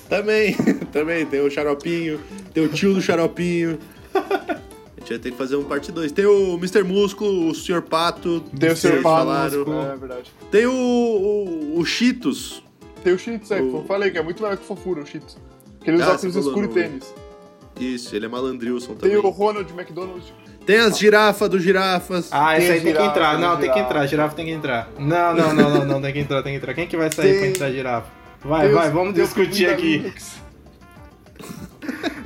S3: Também, <laughs> também tem o Xaropinho, tem o tio do Xaropinho. A gente vai ter que fazer um parte 2. Tem o Mr. Músculo, o Sr. Pato.
S2: Tem o
S3: vocês
S2: seu Pato.
S3: falaram. né?
S2: É verdade.
S3: Tem o, o, o Cheetos.
S2: Tem o Cheetos, é, que
S3: O-
S2: eu falei que é muito melhor que o Fofura, o Cheetos. Que ele
S3: Ah,
S2: usa
S3: você
S2: óculos
S3: falou
S2: escuros e
S3: no-
S2: tênis.
S3: Isso, ele é malandrilson
S2: Tem
S3: também.
S2: o Ronald McDonald.
S3: Tem as girafas do Girafas.
S1: Ah, esse
S2: Tem
S1: aí tem que
S2: girafa,
S1: entrar. Não,
S2: tem
S1: tem que
S2: girafa.
S1: entrar, girafa tem que entrar. Não, não, não, não, não, tem que entrar, tem que entrar. Quem é que vai sair
S2: Tem-
S1: pra entrar girafa? Vai,
S2: tem
S1: vai,
S2: os-
S1: vamos
S2: tem o
S1: discutir
S2: Pinguim da
S1: aqui.
S2: Linux.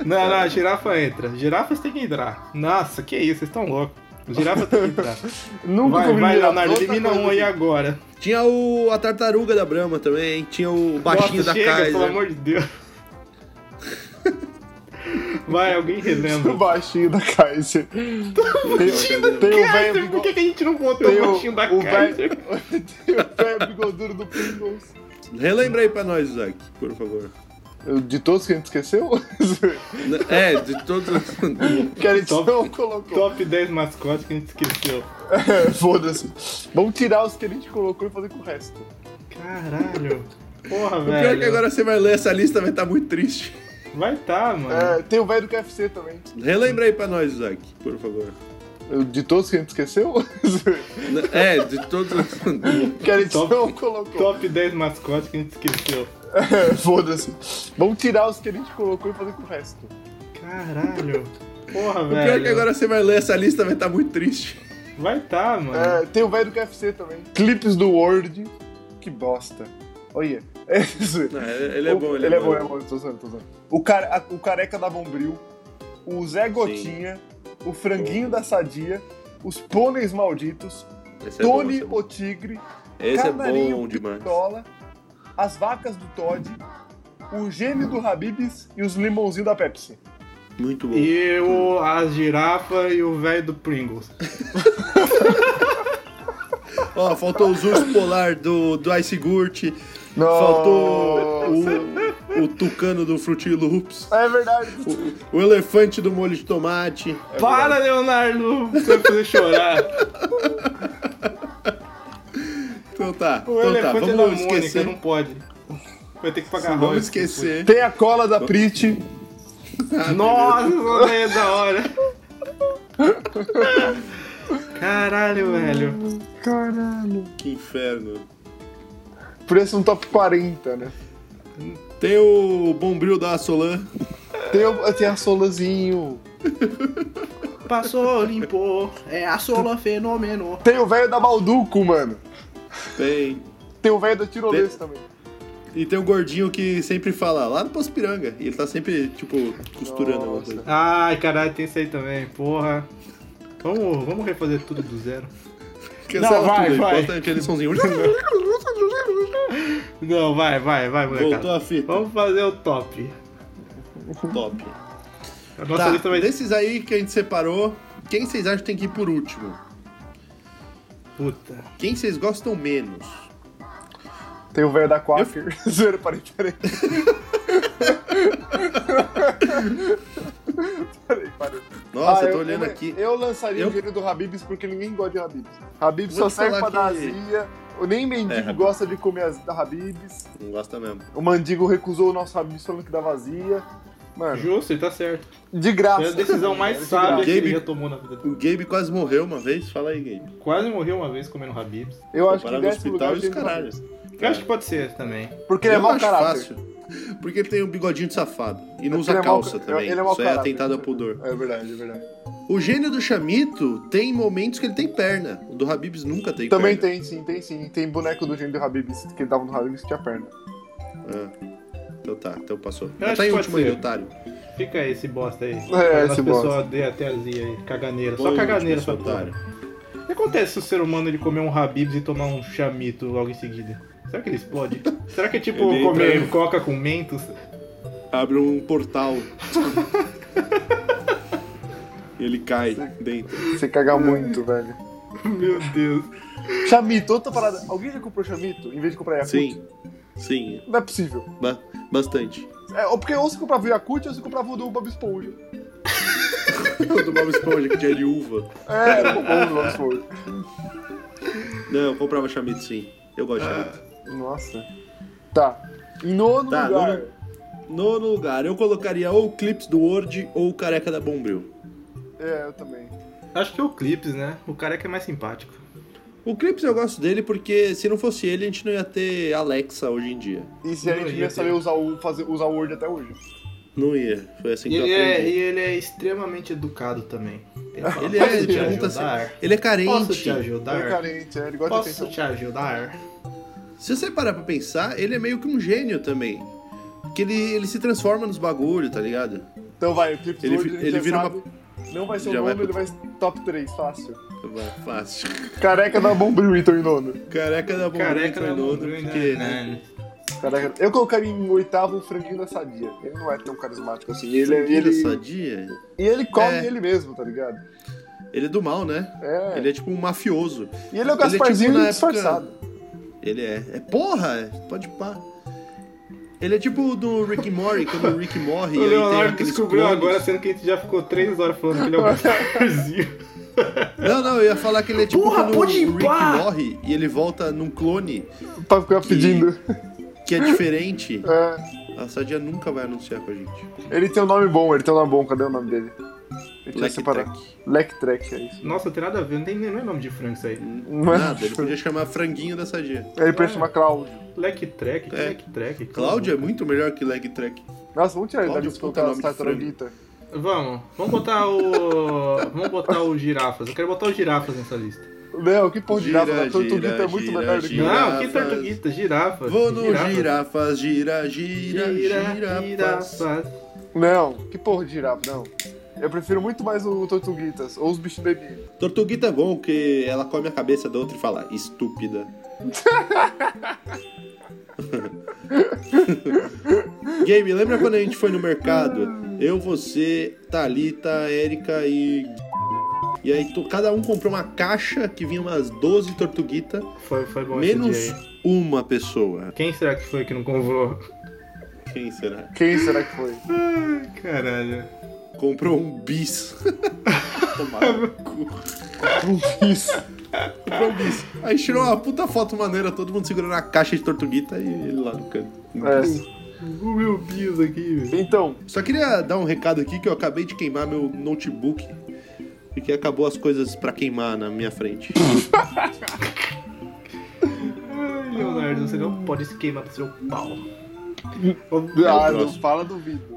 S1: Não, não, girafa entra. Girafas tem que entrar. Nossa, que isso, vocês estão loucos. Girafa tem que <laughs> entrar.
S2: Nunca
S1: Vai,
S2: comi
S1: vai,
S2: girafa.
S1: Leonardo,
S2: Outra
S1: elimina
S2: coisa
S1: um aí
S2: aqui.
S1: agora.
S3: Tinha o, a tartaruga da Brahma também. Tinha o baixinho
S1: Nossa,
S3: da
S1: chega,
S3: Kaiser.
S1: pelo amor de Deus. Vai, alguém relembra.
S2: O <laughs> baixinho da <laughs> Kaiser. Tem, tem o
S1: Kaiser,
S2: velho
S1: por <laughs> que,
S2: bigo-
S1: que a gente não botou
S2: tem
S1: o
S2: o-
S1: baixinho da
S2: o
S1: Kaiser?
S2: velho- <laughs> Tem o velho bigodudo do Pringles.
S3: Relembra aí pra nós, Isaac, por favor.
S2: Eu- De todos que a gente esqueceu?
S3: É, de todos.
S2: <laughs> que a gente
S1: Top-
S2: não colocou.
S1: Top 10 mascotes que a gente esqueceu.
S2: É, foda-se. Vamos tirar os que a gente colocou e fazer com o resto.
S1: Caralho. Porra,
S3: O pior é
S1: velho.
S3: que agora você vai ler essa lista vai estar muito triste.
S1: Vai tá, mano.
S2: É, tem o velho do KFC também.
S3: Relembra aí pra nós, Isaac, por favor.
S2: De todos que a gente esqueceu? <laughs>
S3: É, de todos.
S2: que a gente
S1: Top-
S2: não colocou.
S1: Top 10 mascotes que a gente esqueceu.
S2: É, foda-se. Vamos tirar os que a gente colocou e fazer com o resto.
S1: Caralho. Porra,
S3: O pior é
S1: velho.
S3: que agora você vai ler essa lista vai estar muito triste.
S1: Vai tá, mano.
S2: É, tem o velho do KFC também. Clipes do Word. Que bosta. Olha. <laughs> É isso.
S3: Não, ele é
S2: O-
S3: bom, ele,
S2: é bom. Ele é bom, tô zoando, tô zoando. O, cara, a- o careca da Bombril. O Zé Gotinha. O franguinho da Sadia. Os pôneis malditos.
S3: Esse
S2: Tony
S3: é bom,
S2: o Tigre.
S3: esse é bom, esse é
S2: Canarinho
S3: bom demais.
S2: Pistola, as vacas do Todd, o gênio do Habibs e os limãozinhos da Pepsi.
S3: Muito bom.
S1: E o, a girafa e o velho do Pringles.
S2: É
S3: Ó, faltou os ursos polar do, do Ice Gurt. Faltou o, o tucano do Fruity Loops.
S2: É verdade.
S3: O elefante do molho de tomate.
S1: Para, Leonardo! Você vai fazer chorar.
S3: Então tá,
S1: O
S3: então tá,
S1: elefante é da
S3: vamos
S1: Mônica,
S3: esquecer.
S1: não pode. Vai ter que pagar
S3: Vamos
S1: royalties
S3: esquecer.
S2: Tem a cola da Prit.
S1: depois. Nossa, isso daí é da hora. <laughs> Caralho, velho.
S2: Caralho.
S3: Que inferno.
S2: Preço um top 40, né?
S3: Tem o Bombril da Solan.
S2: Tem, o- tem a Solazinho.
S1: Passou, limpou, é a sola fenômeno.
S2: Tem o velho da Balduco, mano.
S3: Tem.
S2: Tem o velho da Tirolesa
S3: Tem-
S2: também.
S3: E tem um gordinho que sempre fala lá no Pospiranga. E ele tá sempre, tipo, costurando alguma
S2: Nossa.
S3: coisa.
S1: Ai, caralho, tem isso aí também, porra. Vamos, vamos refazer tudo do zero.
S3: Cancela
S1: vai,
S3: tudo,
S1: vai.
S3: Bota
S2: <laughs>
S3: aquele sonzinho.
S1: Não, vai, vai, vai,
S3: Voltou
S1: molecada.
S3: a fita.
S1: Vamos fazer o top.
S3: Top.
S1: A nossa
S3: Tá,
S1: lista vai ser.
S3: desses aí que a gente separou, quem vocês acham que tem que ir por último?
S1: Puta.
S3: Quem vocês gostam menos?
S2: Tem o velho da Quaker. <laughs> Zero, parei, parei. parei, parei.
S3: Nossa,
S2: Ah,
S3: eu tô olhando aqui.
S2: Eu lançaria
S3: Eu-
S2: o dinheiro do Habibs porque ninguém gosta de Habibs. Habibs
S3: Vou
S2: só
S3: te
S2: serve pra
S3: falar
S2: dar
S3: que-
S2: azia. O- Nem mendigo
S3: É,
S2: gosta de comer as da Habibs.
S3: Não gosta mesmo.
S2: O mendigo recusou o nosso Habibs falando que dá vazia. Mano,
S1: Justo, ele tá certo.
S2: de
S3: Tá
S2: graça.
S1: Foi a
S2: <laughs>
S1: decisão mais
S2: É de
S1: sábia que ele
S3: Gabe-
S1: já tomou na vida dele.
S3: O Gabe quase morreu uma vez. Fala aí, Gabe.
S1: Quase morreu uma vez comendo Habibs.
S2: graça. Eu acho que
S3: Parar
S2: em
S3: no
S2: décimo lugar
S3: hospital e
S2: tem
S3: os caralhos.
S1: Eu acho que pode ser esse também.
S2: Porque ele é
S3: Eu
S2: mau
S3: acho
S2: caráter.
S3: fácil, Porque ele tem um bigodinho de safado. E
S2: Porque
S3: não usa
S2: ele é mau-
S3: calça também.
S2: ele é mau
S3: Isso é
S2: caráter.
S3: atentado ao pudor.
S2: É verdade, é verdade.
S3: O gênio do Chamito tem momentos que ele tem perna. O do Habibs nunca tem
S2: Também
S3: perna.
S2: tem, sim, tem sim. Tem boneco do gênio do Habibs que ele dava no Habibs que tinha perna.
S3: Também tem. Então tá, então passou.
S1: Eu
S3: Mas
S1: acho
S3: tá em
S1: que pode
S3: último
S1: ser.
S3: aí, otário.
S1: Fica aí esse bosta aí.
S2: É, esse bosta.
S1: pessoas dê até azia aí. Caganeira.
S3: Foi
S1: Só
S3: o
S1: caganeira,
S3: último,
S1: só
S3: esse
S1: porra. O que acontece se o ser humano ele comer um Habibs e tomar um chamito logo em seguida? Será que ele
S3: <laughs>
S1: explode? Será que é tipo
S3: Ele
S1: comer
S3: entra-
S1: coca com mentos?
S3: Abre um portal. E <laughs> ele cai dentro.
S2: Você caga muito, velho.
S1: Meu Deus.
S2: Chamito, outra parada. Alguém já comprou chamito em vez de comprar Yakut?
S3: Sim, sim,
S2: Não é possível.
S3: ba- bastante. <laughs>
S2: É, ou porque ou você comprava o Yakut ou você comprava o do Bob Esponja.
S3: O do Bob Esponja, que tinha de uva. <laughs>
S2: É, era bom o do Bob Esponja.
S3: Não, eu comprava chamito sim. Eu gosto de chamito.
S2: Nossa. Tá. Em nono
S3: Tá,
S2: lugar.
S3: Nono lugar, eu colocaria ou o Clips do Word ou o Careca da Bombril.
S2: É, eu também.
S1: Acho que é o Clips, né? O cara é que é mais simpático.
S3: O Clips eu gosto dele porque se não fosse ele, a gente não ia ter Alexa hoje em dia.
S2: E se a
S1: Não,
S2: gente
S1: ia
S2: ia
S1: ter.
S2: saber usar o, fazer, usar o Word até hoje?
S3: Não ia. Foi assim
S1: E
S3: que eu
S1: ele, é,
S3: aprendi.
S1: e ele é extremamente educado também.
S3: <laughs> Ele
S1: Posso
S3: é,
S1: te
S3: ele pergunta
S1: ajudar?
S3: Ele é
S1: Posso te
S3: carente.
S2: Ele é
S1: ajudar?
S2: carente, é, ele gosta de
S1: Posso
S2: atenção.
S1: te ajudar?
S3: Se você parar pra pensar, ele é meio que um gênio também. Porque ele, ele se transforma nos bagulho, tá ligado?
S2: Então vai, o Clips
S3: Ele
S2: Word,
S3: fi-
S2: ele,
S3: ele
S2: já
S3: vira uma-
S2: sabe. Não vai ser o
S3: Já
S2: nome,
S3: vai
S2: ele vai ser top 3, fácil.
S3: Vai, Fácil. <laughs>
S2: Careca da Bombril, então, em nono.
S3: Careca da Bombril
S1: Careca
S3: foi
S1: da
S3: nono,
S1: Mambrinha,
S3: porque, né?
S1: né?
S2: Careca... Eu colocaria em oitavo o franguinho da sadia. Ele não é tão carismático assim. Ele,
S3: Ele,
S2: é- ele...
S3: sadia.
S2: E ele come
S3: É.
S2: ele mesmo, tá ligado?
S3: Ele é do mal, né?
S2: É.
S3: Ele é tipo um mafioso.
S2: E ele é o
S3: tipo,
S2: Gasparzinho
S3: na época-
S2: disfarçado.
S3: Ele é. É porra! é, Pode pá. Ele é tipo o do Rick and Morty, quando o Rick morre.
S2: <laughs>
S1: O
S3: e aí tem
S1: Leonardo
S3: aqueles
S1: descobriu
S3: clones.
S1: agora, sendo que a gente já ficou três horas falando
S3: <laughs>
S1: que ele é o Gasparzinho.
S3: Não, não, eu ia falar que ele é tipo
S1: Porra,
S3: quando
S1: pode
S3: o Rick
S1: pá!
S3: morre e ele volta num clone
S2: Pra ficar Tá, pedindo.
S3: que é diferente.
S2: É,
S3: A Sadia nunca vai anunciar com a gente.
S2: ele tem um nome bom, ele tem um nome bom, cadê o nome dele? Eu tinha
S3: Black
S2: separado.
S3: Tech.
S2: Lec Trek, é isso.
S1: Nossa, não tem nada a ver, não, tem, não é nome de frango isso aí.
S2: Não é?
S3: Nada, ele podia chamar franguinho da Sadia.
S2: <laughs> Ele precisa chamar Cláudio.
S1: Leque Trek,
S3: É.
S1: Leque Trek.
S3: Cláudio é muito melhor que Leg Track.
S2: Nossa, vamos tirar ele da
S3: Cláudio,
S2: lista e
S3: puta
S2: colocar as
S3: nome de
S2: tartaruguitas.
S1: Vamos, vamos botar o. vamos botar o girafas. Eu quero botar o girafas nessa lista.
S2: Não, que porra de
S3: Gira,
S2: nada, a tartaruguita é
S3: gira,
S2: muito
S3: gira,
S2: melhor do que
S3: gira.
S1: Não, que
S3: Girafas.
S1: tartaguita, girafa.
S3: Vou no
S1: Girafas.
S3: girafas, gira, gira,
S1: Gira,
S3: gira,
S1: girafas.
S2: Não, que porra de girafa, não. Eu prefiro muito mais o Tortuguitas, ou os bichos bebê.
S3: Tortuguita é bom, porque ela come a cabeça da outra e fala, estúpida. <laughs> Game, lembra quando a gente foi no mercado? Eu, você, Thalita, Érica e. E aí tu- cada um comprou uma caixa que vinha umas 12 tortuguitas,
S1: Foi, foi bom
S3: menos
S1: esse dia aí.
S3: uma pessoa.
S1: Quem será que foi que não convou?
S3: Quem será?
S2: Quem será que
S3: <laughs>
S2: foi?
S1: Ai, caralho.
S3: Comprou um bis. <laughs> Tomara no cu.
S2: Isso.
S3: Comprou um bis. Aí tirou uma puta foto maneira, todo mundo segurando a caixa de tortuguita e ele lá no canto.
S2: É.
S1: O meu piso aqui, velho.
S2: Então,
S3: Só queria dar um recado aqui que eu acabei de queimar meu notebook. Porque acabou as coisas pra queimar na minha
S1: <laughs>
S3: frente.
S1: Ai, Leonardo, você não pode se queimar do seu pau.
S2: ah, não
S3: próximo.
S2: fala do Vitor.
S3: <laughs>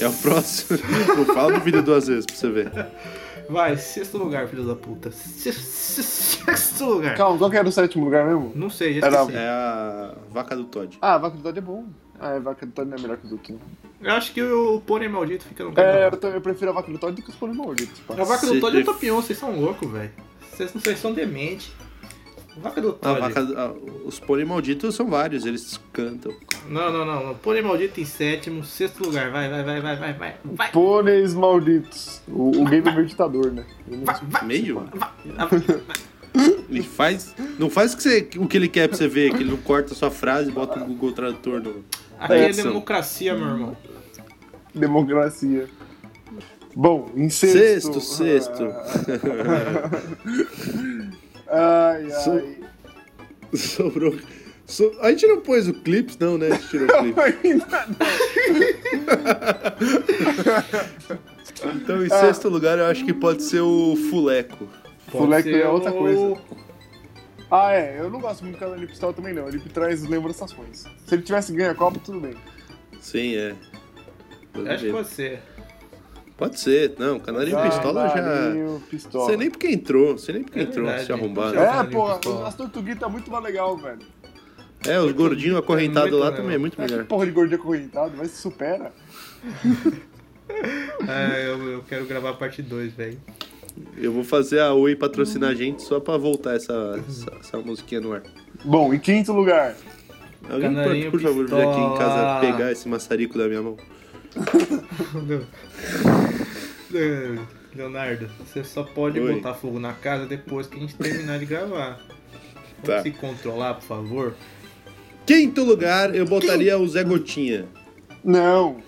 S3: É o próximo. Eu falo do vídeo duas vezes pra você ver.
S1: Vai, sexto lugar, filho da puta. Se- se- Sexto lugar.
S2: Calma, qual que era o sétimo lugar mesmo?
S1: Não sei, já
S2: Era-
S1: esqueci.
S3: É a vaca do Todd.
S2: Ah, Vaca do Todd é bom. Ah, é, Vaca do Todd não é melhor que os outros. né?
S1: Eu acho que o pônei maldito fica no
S2: É,
S1: lugar.
S2: eu, também- eu prefiro a Vaca do Todd do que os Polimão, tipo.
S1: A vaca do
S3: Você
S1: Todd é o
S3: def-
S1: Topion, vocês são loucos, velho. Vocês não vocês são demente. Vaca do
S3: A
S1: Todd.
S3: vaca, a- os pônei malditos são vários, eles cantam.
S1: Não, não, não. O pônei maldito em sétimo, sexto lugar. Vai, vai, vai, vai, vai, vai. Vai,
S2: Pôneis malditos. O, o game é meu ditador, né? Eu não-
S1: vai, vai.
S3: Meio?
S1: vai.
S3: <laughs> Ele faz. Não faz o que, você- o que ele quer pra você ver, que ele não corta a sua frase e bota o Google Tradutor no.
S1: Aqui é
S3: Edson.
S1: democracia, meu irmão.
S2: Democracia. Bom, em sexto.
S3: Sexto, sexto.
S1: Ah.
S2: Ai,
S3: So-
S2: ai.
S3: <laughs> Sobrou. so- A gente não pôs o clipe, não, né? A gente tirou o clipe.
S2: Ainda
S3: Então, em
S2: Ah.
S3: sexto lugar, eu acho que pode ser o Fuleco.
S1: Pode
S2: Moleque
S1: ser
S2: é outra
S1: o-
S2: coisa. <laughs> Ah, é. Eu não gosto muito do canal Lip Style também, não. Ele me traz lembrançações. Se ele tivesse ganho a Copa, tudo bem.
S3: Sim, é.
S1: Acho que pode ser.
S3: Pode ser, não. Canarinho
S2: Vai,
S3: Pistola já.
S2: Marinho, Pistola.
S3: Sei nem porque entrou, sei nem porque
S1: É
S3: entrou,
S1: verdade,
S3: se arrombaram.
S1: já-
S2: É,
S1: Canarinho
S2: pô,
S1: Pistola.
S2: as tortuguitas tá muito mais legal, velho.
S3: É, os gordinhos acorrentados
S1: Muito
S3: lá
S1: legal.
S3: também é muito
S2: É que
S3: melhor.
S2: porra de gordinha correntado, mas se supera.
S1: É, eu, eu quero gravar a parte 2, velho. <laughs>
S3: Eu vou fazer a Oi patrocinar a gente só pra voltar essa, essa, essa musiquinha no ar.
S2: Bom, em quinto lugar,
S3: Alguém,
S1: Canarinho
S3: pode, por favor, vir aqui em
S1: Pistola.
S3: casa pegar esse maçarico da minha mão.
S1: Leonardo, você só pode
S3: Oi.
S1: botar fogo na casa depois que a gente terminar de gravar. Vamos
S3: Tá.
S1: se controlar, por favor.
S3: Quinto lugar, eu botaria o Zé Gotinha.
S2: não.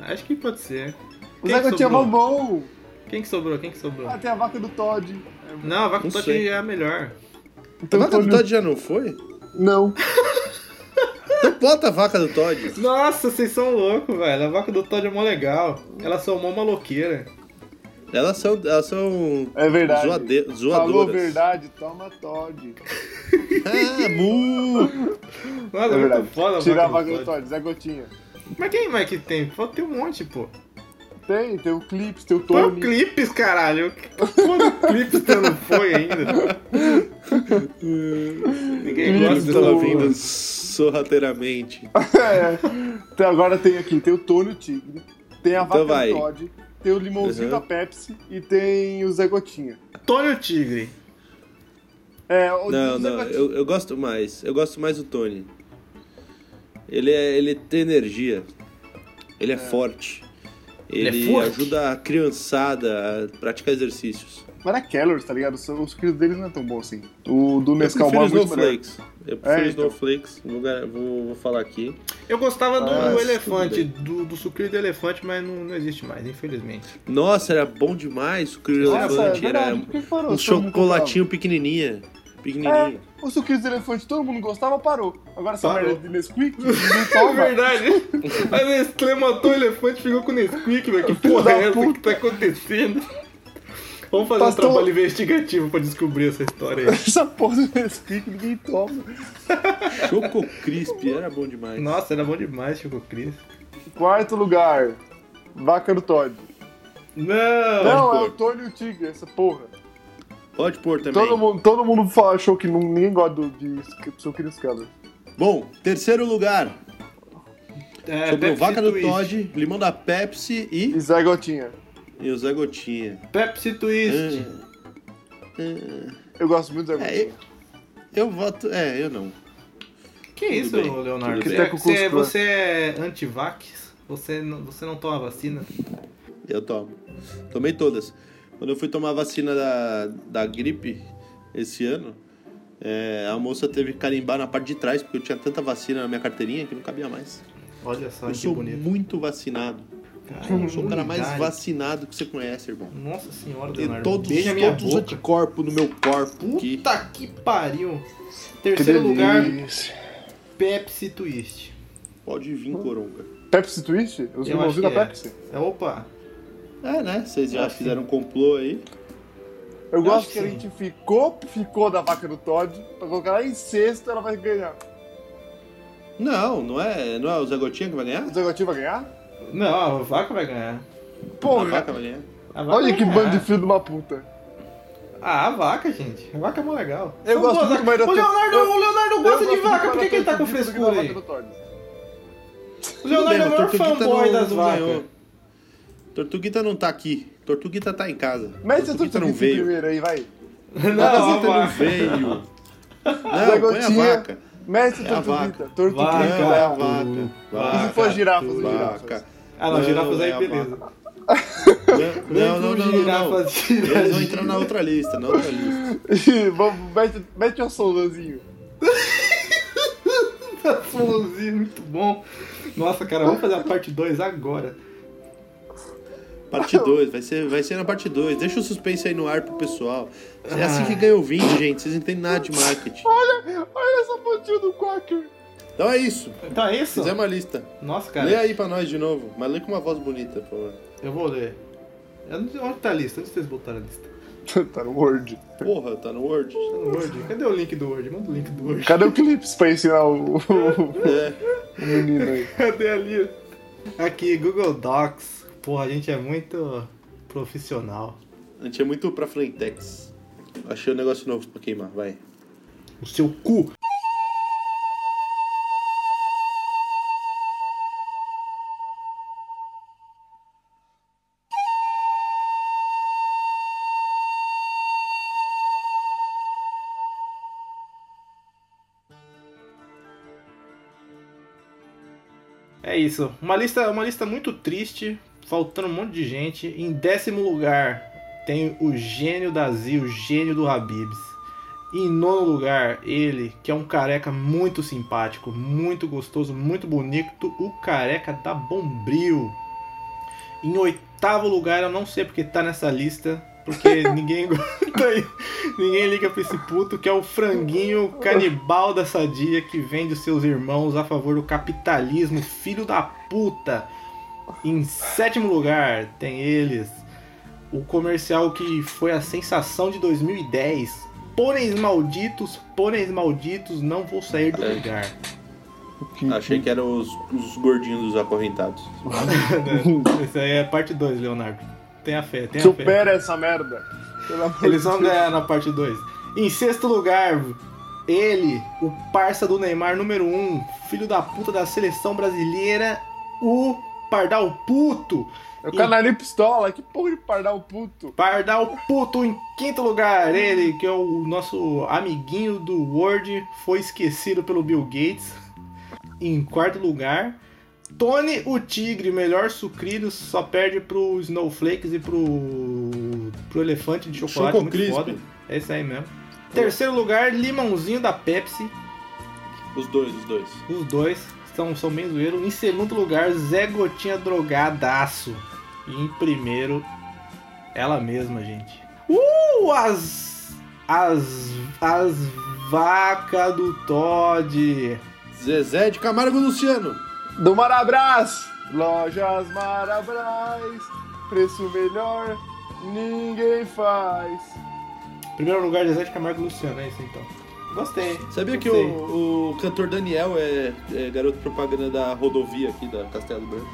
S1: Acho que pode ser.
S2: O
S1: Quem
S2: Zé
S1: que
S2: Gatinha é
S1: sobrou?
S2: mó bom.
S1: Quem que sobrou? Quem que sobrou?
S2: Ah, tem a vaca do Todd.
S1: Não, a vaca
S3: Não
S1: Todd
S3: sei.
S1: é a melhor.
S3: A
S2: Então,
S3: vaca do
S2: Todd-
S3: Todd já não foi?
S2: Não.
S3: Então bota a vaca do Todd.
S1: Nossa, vocês são loucos, velho. A vaca do Todd é mó legal. Ela são mó maloqueira.
S3: Elas são, elas são
S2: É verdade.
S3: zoade- zoadoras.
S2: Falou verdade, toma Todd.
S3: Ah, mu!
S1: Nossa, é muito foda a
S2: Tirar a
S1: vaca
S2: vaca
S1: do
S2: do
S1: Todd.
S2: Todd, Zé Gotinha.
S1: Mas quem mais que tem? Pô, Tem um monte, pô.
S2: Tem, tem o Clips, tem o
S1: Põe o
S2: Tony.
S1: Clipes, caralho. Que porra do Clipes você não foi tá
S2: <laughs>
S1: ainda? Ninguém
S2: Clipes,
S1: gosta
S3: Clipes
S1: do
S3: ela
S2: do-
S3: vindo sorrateiramente.
S2: É. Tem- agora tem aqui, tem o Tony o Tigre, tem a vaca
S3: Então vai.
S2: do Todd, tem o Limãozinho
S3: Uhum.
S2: da Pepsi e tem o Zé Gotinha.
S1: Antônio Tigre.
S2: É, o
S3: Não,
S2: o Zé
S3: não,
S2: Gotinha.
S3: eu, eu gosto mais. Eu gosto mais do Tony. Ele, é, ele tem energia. Ele é, forte.
S1: Ele
S3: Ele,
S1: é forte?
S3: ajuda a criançada a praticar exercícios.
S2: Mas é Kellers, tá ligado? Os, os filhos dele não é tão bom assim. O do
S3: Eu
S2: Nescau
S3: prefiro
S2: Bar é muito melhor.
S3: Snowflakes. Eu prefiro
S2: É, então.
S3: Snowflakes. Vou, gar- vou- vou falar aqui.
S1: Eu gostava do
S2: Ah,
S1: elefante, do, do sucrilho do elefante, mas não, não existe mais, infelizmente.
S3: Nossa, era bom demais o Curious
S2: Nossa, é
S3: Elefante.
S2: verdade.
S3: Era
S2: Por que que parou?
S3: um
S2: Todo mundo
S3: chocolatinho pequenininha.
S2: comprava.
S3: Pequenininho.
S2: É, o sucrilhos do elefante todo mundo gostava, parou. Agora essa
S1: Parou.
S2: merda de
S3: <laughs>
S2: Nesquik, não
S1: É
S2: toma.
S1: verdade. A Nestlé matou o elefante e ficou com o Nesquik, velho. Que porra
S2: da
S1: é essa
S2: puta.
S1: que tá acontecendo? Vamos fazer um
S2: Pastor-
S1: trabalho investigativo pra descobrir essa história aí.
S2: Essa porra do Nesquik ninguém toma. É.
S3: Choco Crisp, era bom demais.
S1: Nossa, era bom demais, Chico Cris.
S2: Quarto lugar, Vaca do Todd.
S1: Não!
S2: Não, é
S3: pô.
S2: o Tony e o Tigre, essa porra.
S3: Pode pôr também.
S2: Todo mundo, todo mundo fala- achou que não- ninguém gosta do, de Sk- Sucrilhos Kellers.
S3: Bom, terceiro lugar.
S1: É,
S3: Sobrou
S1: Pepsi
S3: Vaca do
S1: Twist.
S3: Todd, Limão da Pepsi
S2: E
S3: e,
S2: Zé Gotinha.
S3: e o Zé Gotinha.
S1: Pepsi Twist.
S2: Eu gosto muito do Zé
S3: É, eu,
S2: Gotinha.
S3: eu voto. É, eu não.
S1: Que isso,
S3: bem,
S1: Leonardo?
S3: tudo
S1: Você,
S3: bem.
S2: Teco
S1: você,
S2: Cusco, né?
S1: você é antivax? Você não, você não toma vacina?
S3: Eu tomo. Tomei todas. Quando eu fui tomar a vacina da, da gripe esse ano, é, a moça teve que carimbar na parte de trás, porque eu tinha tanta vacina na minha carteirinha que não cabia mais.
S1: Olha só
S3: eu
S1: que
S3: sou
S1: bonito.
S3: muito vacinado.
S1: Cara,
S3: Eu sou o cara mais
S1: imunidade.
S3: vacinado que você conhece, irmão.
S1: Nossa senhora,
S3: Tem
S1: Leonardo.
S3: todos,
S1: Beija minha
S3: todos os
S1: boca.
S3: anticorpos no meu corpo. aqui.
S1: Puta que pariu.
S2: Que
S1: Terceiro lugar,
S2: delícia.
S1: Pepsi Twist.
S3: Pode vir, coronga.
S2: Pepsi Twist? Os
S1: Eu acho
S2: irmãozinhos
S1: que
S2: da
S1: é.
S2: Pepsi?
S1: É, Opa,
S3: É, né? Vocês já
S1: Acho que-
S3: fizeram um complô aí.
S2: Eu
S1: acho
S2: gosto
S1: que é.
S2: que a
S1: sim.
S2: gente ficou, ficou da vaca do Todd, pra colocar lá em sexto, ela vai ganhar.
S3: Não, não é, não é o Zé Gotinha que vai ganhar?
S2: O Zé Gotinha vai ganhar?
S1: Não, a vaca vai ganhar.
S3: Pô, a
S2: Porra,
S3: vaca vai ganhar.
S1: A vaca
S2: Olha que
S1: é.
S2: bando de filho de uma puta.
S1: Ah, a vaca, gente. A vaca é mó legal.
S2: Eu
S1: Vamos
S2: gosto
S1: gozar.
S2: muito mais da
S1: o Leonardo,
S2: tor-
S1: o Leonardo gosta de vaca, por que, que ele tá com
S2: é
S1: frescura aí?
S2: aí?
S1: O Leonardo é o
S3: Tudo bem,
S1: maior
S3: mas Tortuguita
S1: fanboy
S3: não-
S1: das
S3: não
S1: vacas.
S3: ganhou. Tortuguita não tá aqui. Tortuguita tá em casa.
S1: é
S2: Mete a
S3: Tortuguita
S2: tortuguita
S3: não veio.
S2: primeiro aí, vai.
S1: Não, a
S3: Tortuguita não
S1: vaca. <laughs>
S3: veio. Não, põe a
S2: Zagotinha.
S3: vaca.
S2: Mete
S3: É a
S2: a tortuguita.
S3: vaca.
S1: Vaca,
S2: Tortuguita. né,
S3: Não, é a
S2: vai.
S3: vaca.
S2: E se for
S3: Vaca.
S2: girafas, ou girafas?
S3: Vaca.
S1: Ah, não,
S3: Não,
S1: girafas aí,
S3: é a
S1: beleza.
S3: Não, não, não, não, não. não.
S1: Girafas, girafas.
S3: Eles vão entrar na outra lista, na outra lista.
S2: Ih, <laughs> vamos- mete- Mete um solãozinho.
S1: Flowzinho, muito bom. Nossa, cara, vamos fazer a parte 2 agora.
S3: Parte 2, vai ser, vai ser na parte 2. Deixa o suspense aí no ar pro pessoal. É assim que ganha ouvinte, gente. Vocês não entendem nada de marketing.
S2: Olha, olha essa pontinha do Quacker.
S3: Então é isso.
S1: Então é isso?
S3: Fizemos a lista.
S1: Nossa,
S3: Lê
S1: cara,
S3: aí pra nós de novo, mas lê com uma voz bonita, por favor.
S1: eu vou ler. Eu não- Onde tá a lista? Onde vocês botaram a lista?
S2: <laughs> tá no Word.
S3: Porra, tá no Word.
S1: Tá no Word? Cadê o link do Word? Manda o link do Word. <laughs>
S2: Cadê o Clips pra ensinar o, o- o
S3: É.
S2: menino aí?
S1: Cadê a lista? Aqui, Google Docs. Porra, a gente é muito profissional.
S3: A gente é muito pra Frentex. Achei um negócio novo pra queimar, vai.
S1: O seu cu. É isso. Uma lista, uma lista muito triste, faltando um monte de gente. Em décimo lugar tem o gênio da Z, o gênio do Habibs. Em nono lugar, ele, que é um careca muito simpático, muito gostoso, muito bonito, o careca da Bombril. Em oitavo lugar, eu não sei porque tá nessa lista, porque ninguém gosta, aí, ninguém liga pra esse puto, que é o franguinho canibal da sadia que vende os seus irmãos a favor do capitalismo, filho da puta. Em sétimo lugar, tem eles, o comercial que foi a sensação de 2010. Pôneis malditos, pôneis malditos, não vou sair do
S3: É.
S1: lugar.
S3: <laughs> Achei que eram os, os gordinhos dos acorrentados.
S1: Isso aí é parte 2, Leonardo. Tenha fé, tenha fé.
S2: Supera essa merda. Pelo amor
S1: Eles
S2: de
S1: vão
S2: Deus.
S1: ganhar na parte 2. Em sexto lugar, ele, o parça do Neymar número 1, um, filho da puta da seleção brasileira, o Pardal Puto.
S2: É o canarinho pistola. Que porra de pardal puto.
S1: Pardal Puto em quinto lugar, ele, que é o nosso amiguinho do Word, foi esquecido pelo Bill Gates. Em quarto lugar, Tony o Tigre, melhor sucrilho, só perde pro Snowflakes e pro, pro Elefante de Chocolate.
S3: Choco
S1: muito
S3: Crisp.
S1: foda. É isso aí mesmo. Terceiro lugar, Limãozinho da Pepsi.
S3: Os dois, os dois.
S1: Os dois são, são bem zoeiro. Em segundo lugar, Zé Gotinha Drogadaço. E em primeiro, ela mesma, gente. Uh! As. As. As vacas do Todd.
S3: Zezé de Camargo Luciano.
S2: Do Marabras. Lojas Marabras. Preço melhor. Ninguém faz.
S1: Primeiro lugar, Zezé de Camargo e Luciano, é isso então. Gostei.
S3: Sabia que
S1: Gostei.
S3: o, o cantor Daniel é, é garoto propaganda da rodovia aqui da Castelo Branco?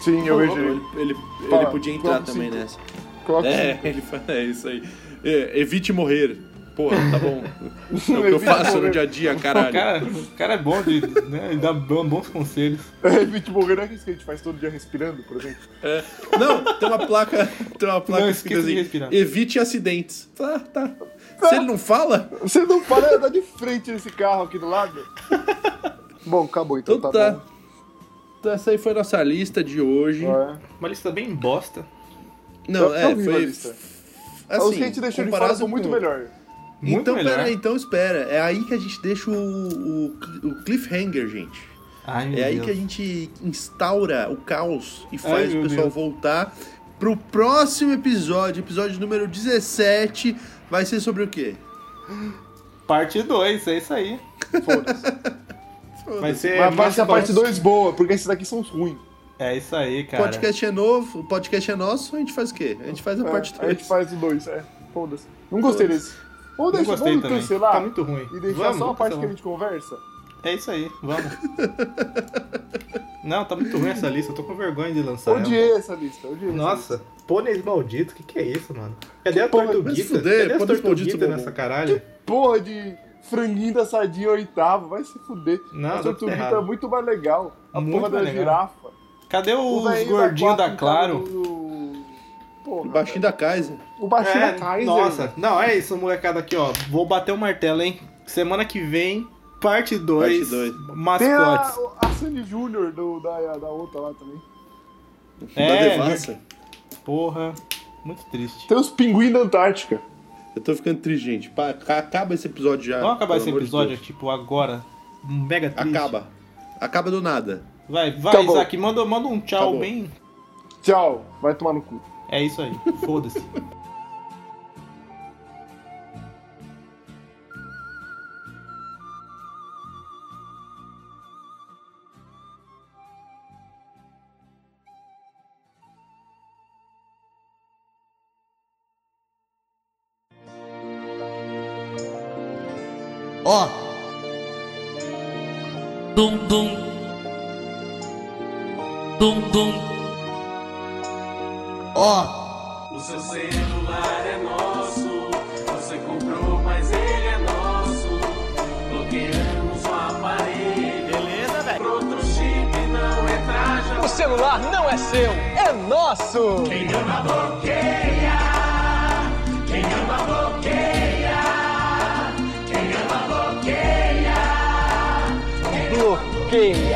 S2: Sim, eu vejo. ele.
S3: Ele, ele, ele
S2: Fala,
S3: podia entrar
S2: qual que
S3: também
S2: sim?
S3: nessa.
S2: Coloca
S3: É, ele fala, é isso aí. É, evite morrer. Pô, tá
S2: <laughs>
S3: bom. É o que eu
S2: Evite
S3: faço
S2: morrer.
S3: no dia a dia,
S1: O
S3: caralho.
S1: cara, o cara é bom de né, ele dá bom- bons conselhos.
S2: <laughs> É, Vinte morrer não é isso que a gente faz todo dia respirando, por exemplo.
S3: É. Não, tem uma placa. Tem uma placa
S1: Não,
S3: escrita
S1: esqueça de
S3: assim,
S1: respirar.
S3: Evite acidentes. Ah, tá. Se ele não fala,
S2: Você não para tá de andar de frente nesse carro aqui do lado? <laughs> Bom, acabou então,
S3: então
S2: tá,
S3: tá.
S2: bom.
S3: Então Essa aí foi a nossa lista de hoje.
S2: É.
S1: Uma lista bem bosta.
S3: Não,
S2: Eu- eu
S3: é,
S2: vi a
S3: foi.
S2: lista.
S3: Assim,
S2: Os É que a gente deixou de fora
S3: comparado
S2: são muito
S3: com-
S2: melhor.
S1: Muito
S3: então,
S1: melhor.
S3: pera, então espera. É aí que a gente deixa o, o, o cliffhanger, gente.
S1: Ai,
S3: É aí que a gente instaura o caos e
S1: Ai,
S3: faz o
S1: meu
S3: pessoal
S1: Deus.
S3: voltar pro próximo episódio. Episódio número 17 vai ser sobre o quê?
S1: Parte 2, é isso aí.
S2: <laughs> Foda-se.
S1: Vai ser.
S2: É, Mas vai ser a parte
S1: mastodonte.
S2: 2 boa, porque esses daqui são os ruins.
S1: É isso aí,
S3: O
S1: cara.
S3: podcast é novo, o podcast é nosso, a gente faz o quê? A gente faz a
S2: É,
S3: parte
S2: A gente
S3: 3.
S2: faz o 2, é. Foda-se. Não gostei desse. Ou
S1: Não
S2: deixa,
S1: gostei
S2: vamos
S1: também.
S2: cancelar
S1: Tá muito ruim.
S2: e deixar
S1: Vamos, É
S2: só a parte que
S1: cancelar.
S2: a <laughs> gente conversa.
S1: É isso aí, vamos. Não, tá muito ruim essa lista, eu tô com vergonha de lançar ela.
S2: Odiei essa lista, odiei. essa
S1: Nossa, pôneis maldito, o que, que é isso, mano? Cadê a
S2: porra,
S3: vai se
S1: tortuguita?
S3: fuder,
S1: Cadê as
S3: pôneis malditos
S1: tortuguitas
S3: bobão.
S1: nessa caralho?
S2: porra de franguinho da sadia oitavo, vai se fuder.
S1: Não,
S2: a
S1: tá
S2: tortuguita
S1: errado.
S2: é muito mais legal. A
S1: Muito
S2: porra da
S1: mais legal.
S2: girafa.
S1: Cadê
S2: O
S1: os
S2: velhinho
S1: gordinhos
S2: Quatro
S1: da
S2: que tá
S1: Claro?
S2: no- Porra,
S3: O baixinho da Kaiser.
S2: o baixinho
S1: É,
S2: da Kaiser.
S1: nossa, não, é isso, molecada aqui, ó. Vou bater o martelo, hein? Semana que vem, parte 2,
S3: Parte dois.
S2: Tem a,
S1: mascotes.
S2: a Sandy Júnior do- da, da outra lá também.
S3: da
S1: É,
S3: devassa.
S1: porra, muito triste.
S2: Tem os pinguins da Antártica.
S3: Eu tô ficando triste, gente. Pa- ca- acaba esse episódio já.
S1: Vamos acabar
S3: pelo
S1: esse
S3: amor de
S1: episódio,
S3: Deus.
S1: tipo, agora. Mega triste.
S3: Acaba. Acaba do nada.
S1: Vai, vai,
S2: Acabou.
S1: Isaac, manda, manda um tchau
S3: Acabou.
S1: bem.
S2: Tchau, vai tomar no cu.
S1: É isso aí, foda-se.
S5: Ó. Dum dum. Dum dum. Ó.
S6: O seu celular é nosso, você comprou, mas ele é nosso. Bloqueamos o aparelho, beleza, velho? Pro outro chip não é traja.
S7: O celular não é seu, é nosso!
S6: Quem ama bloqueia, quem ama bloqueia, quem ama bloqueia.
S7: Bloqueia!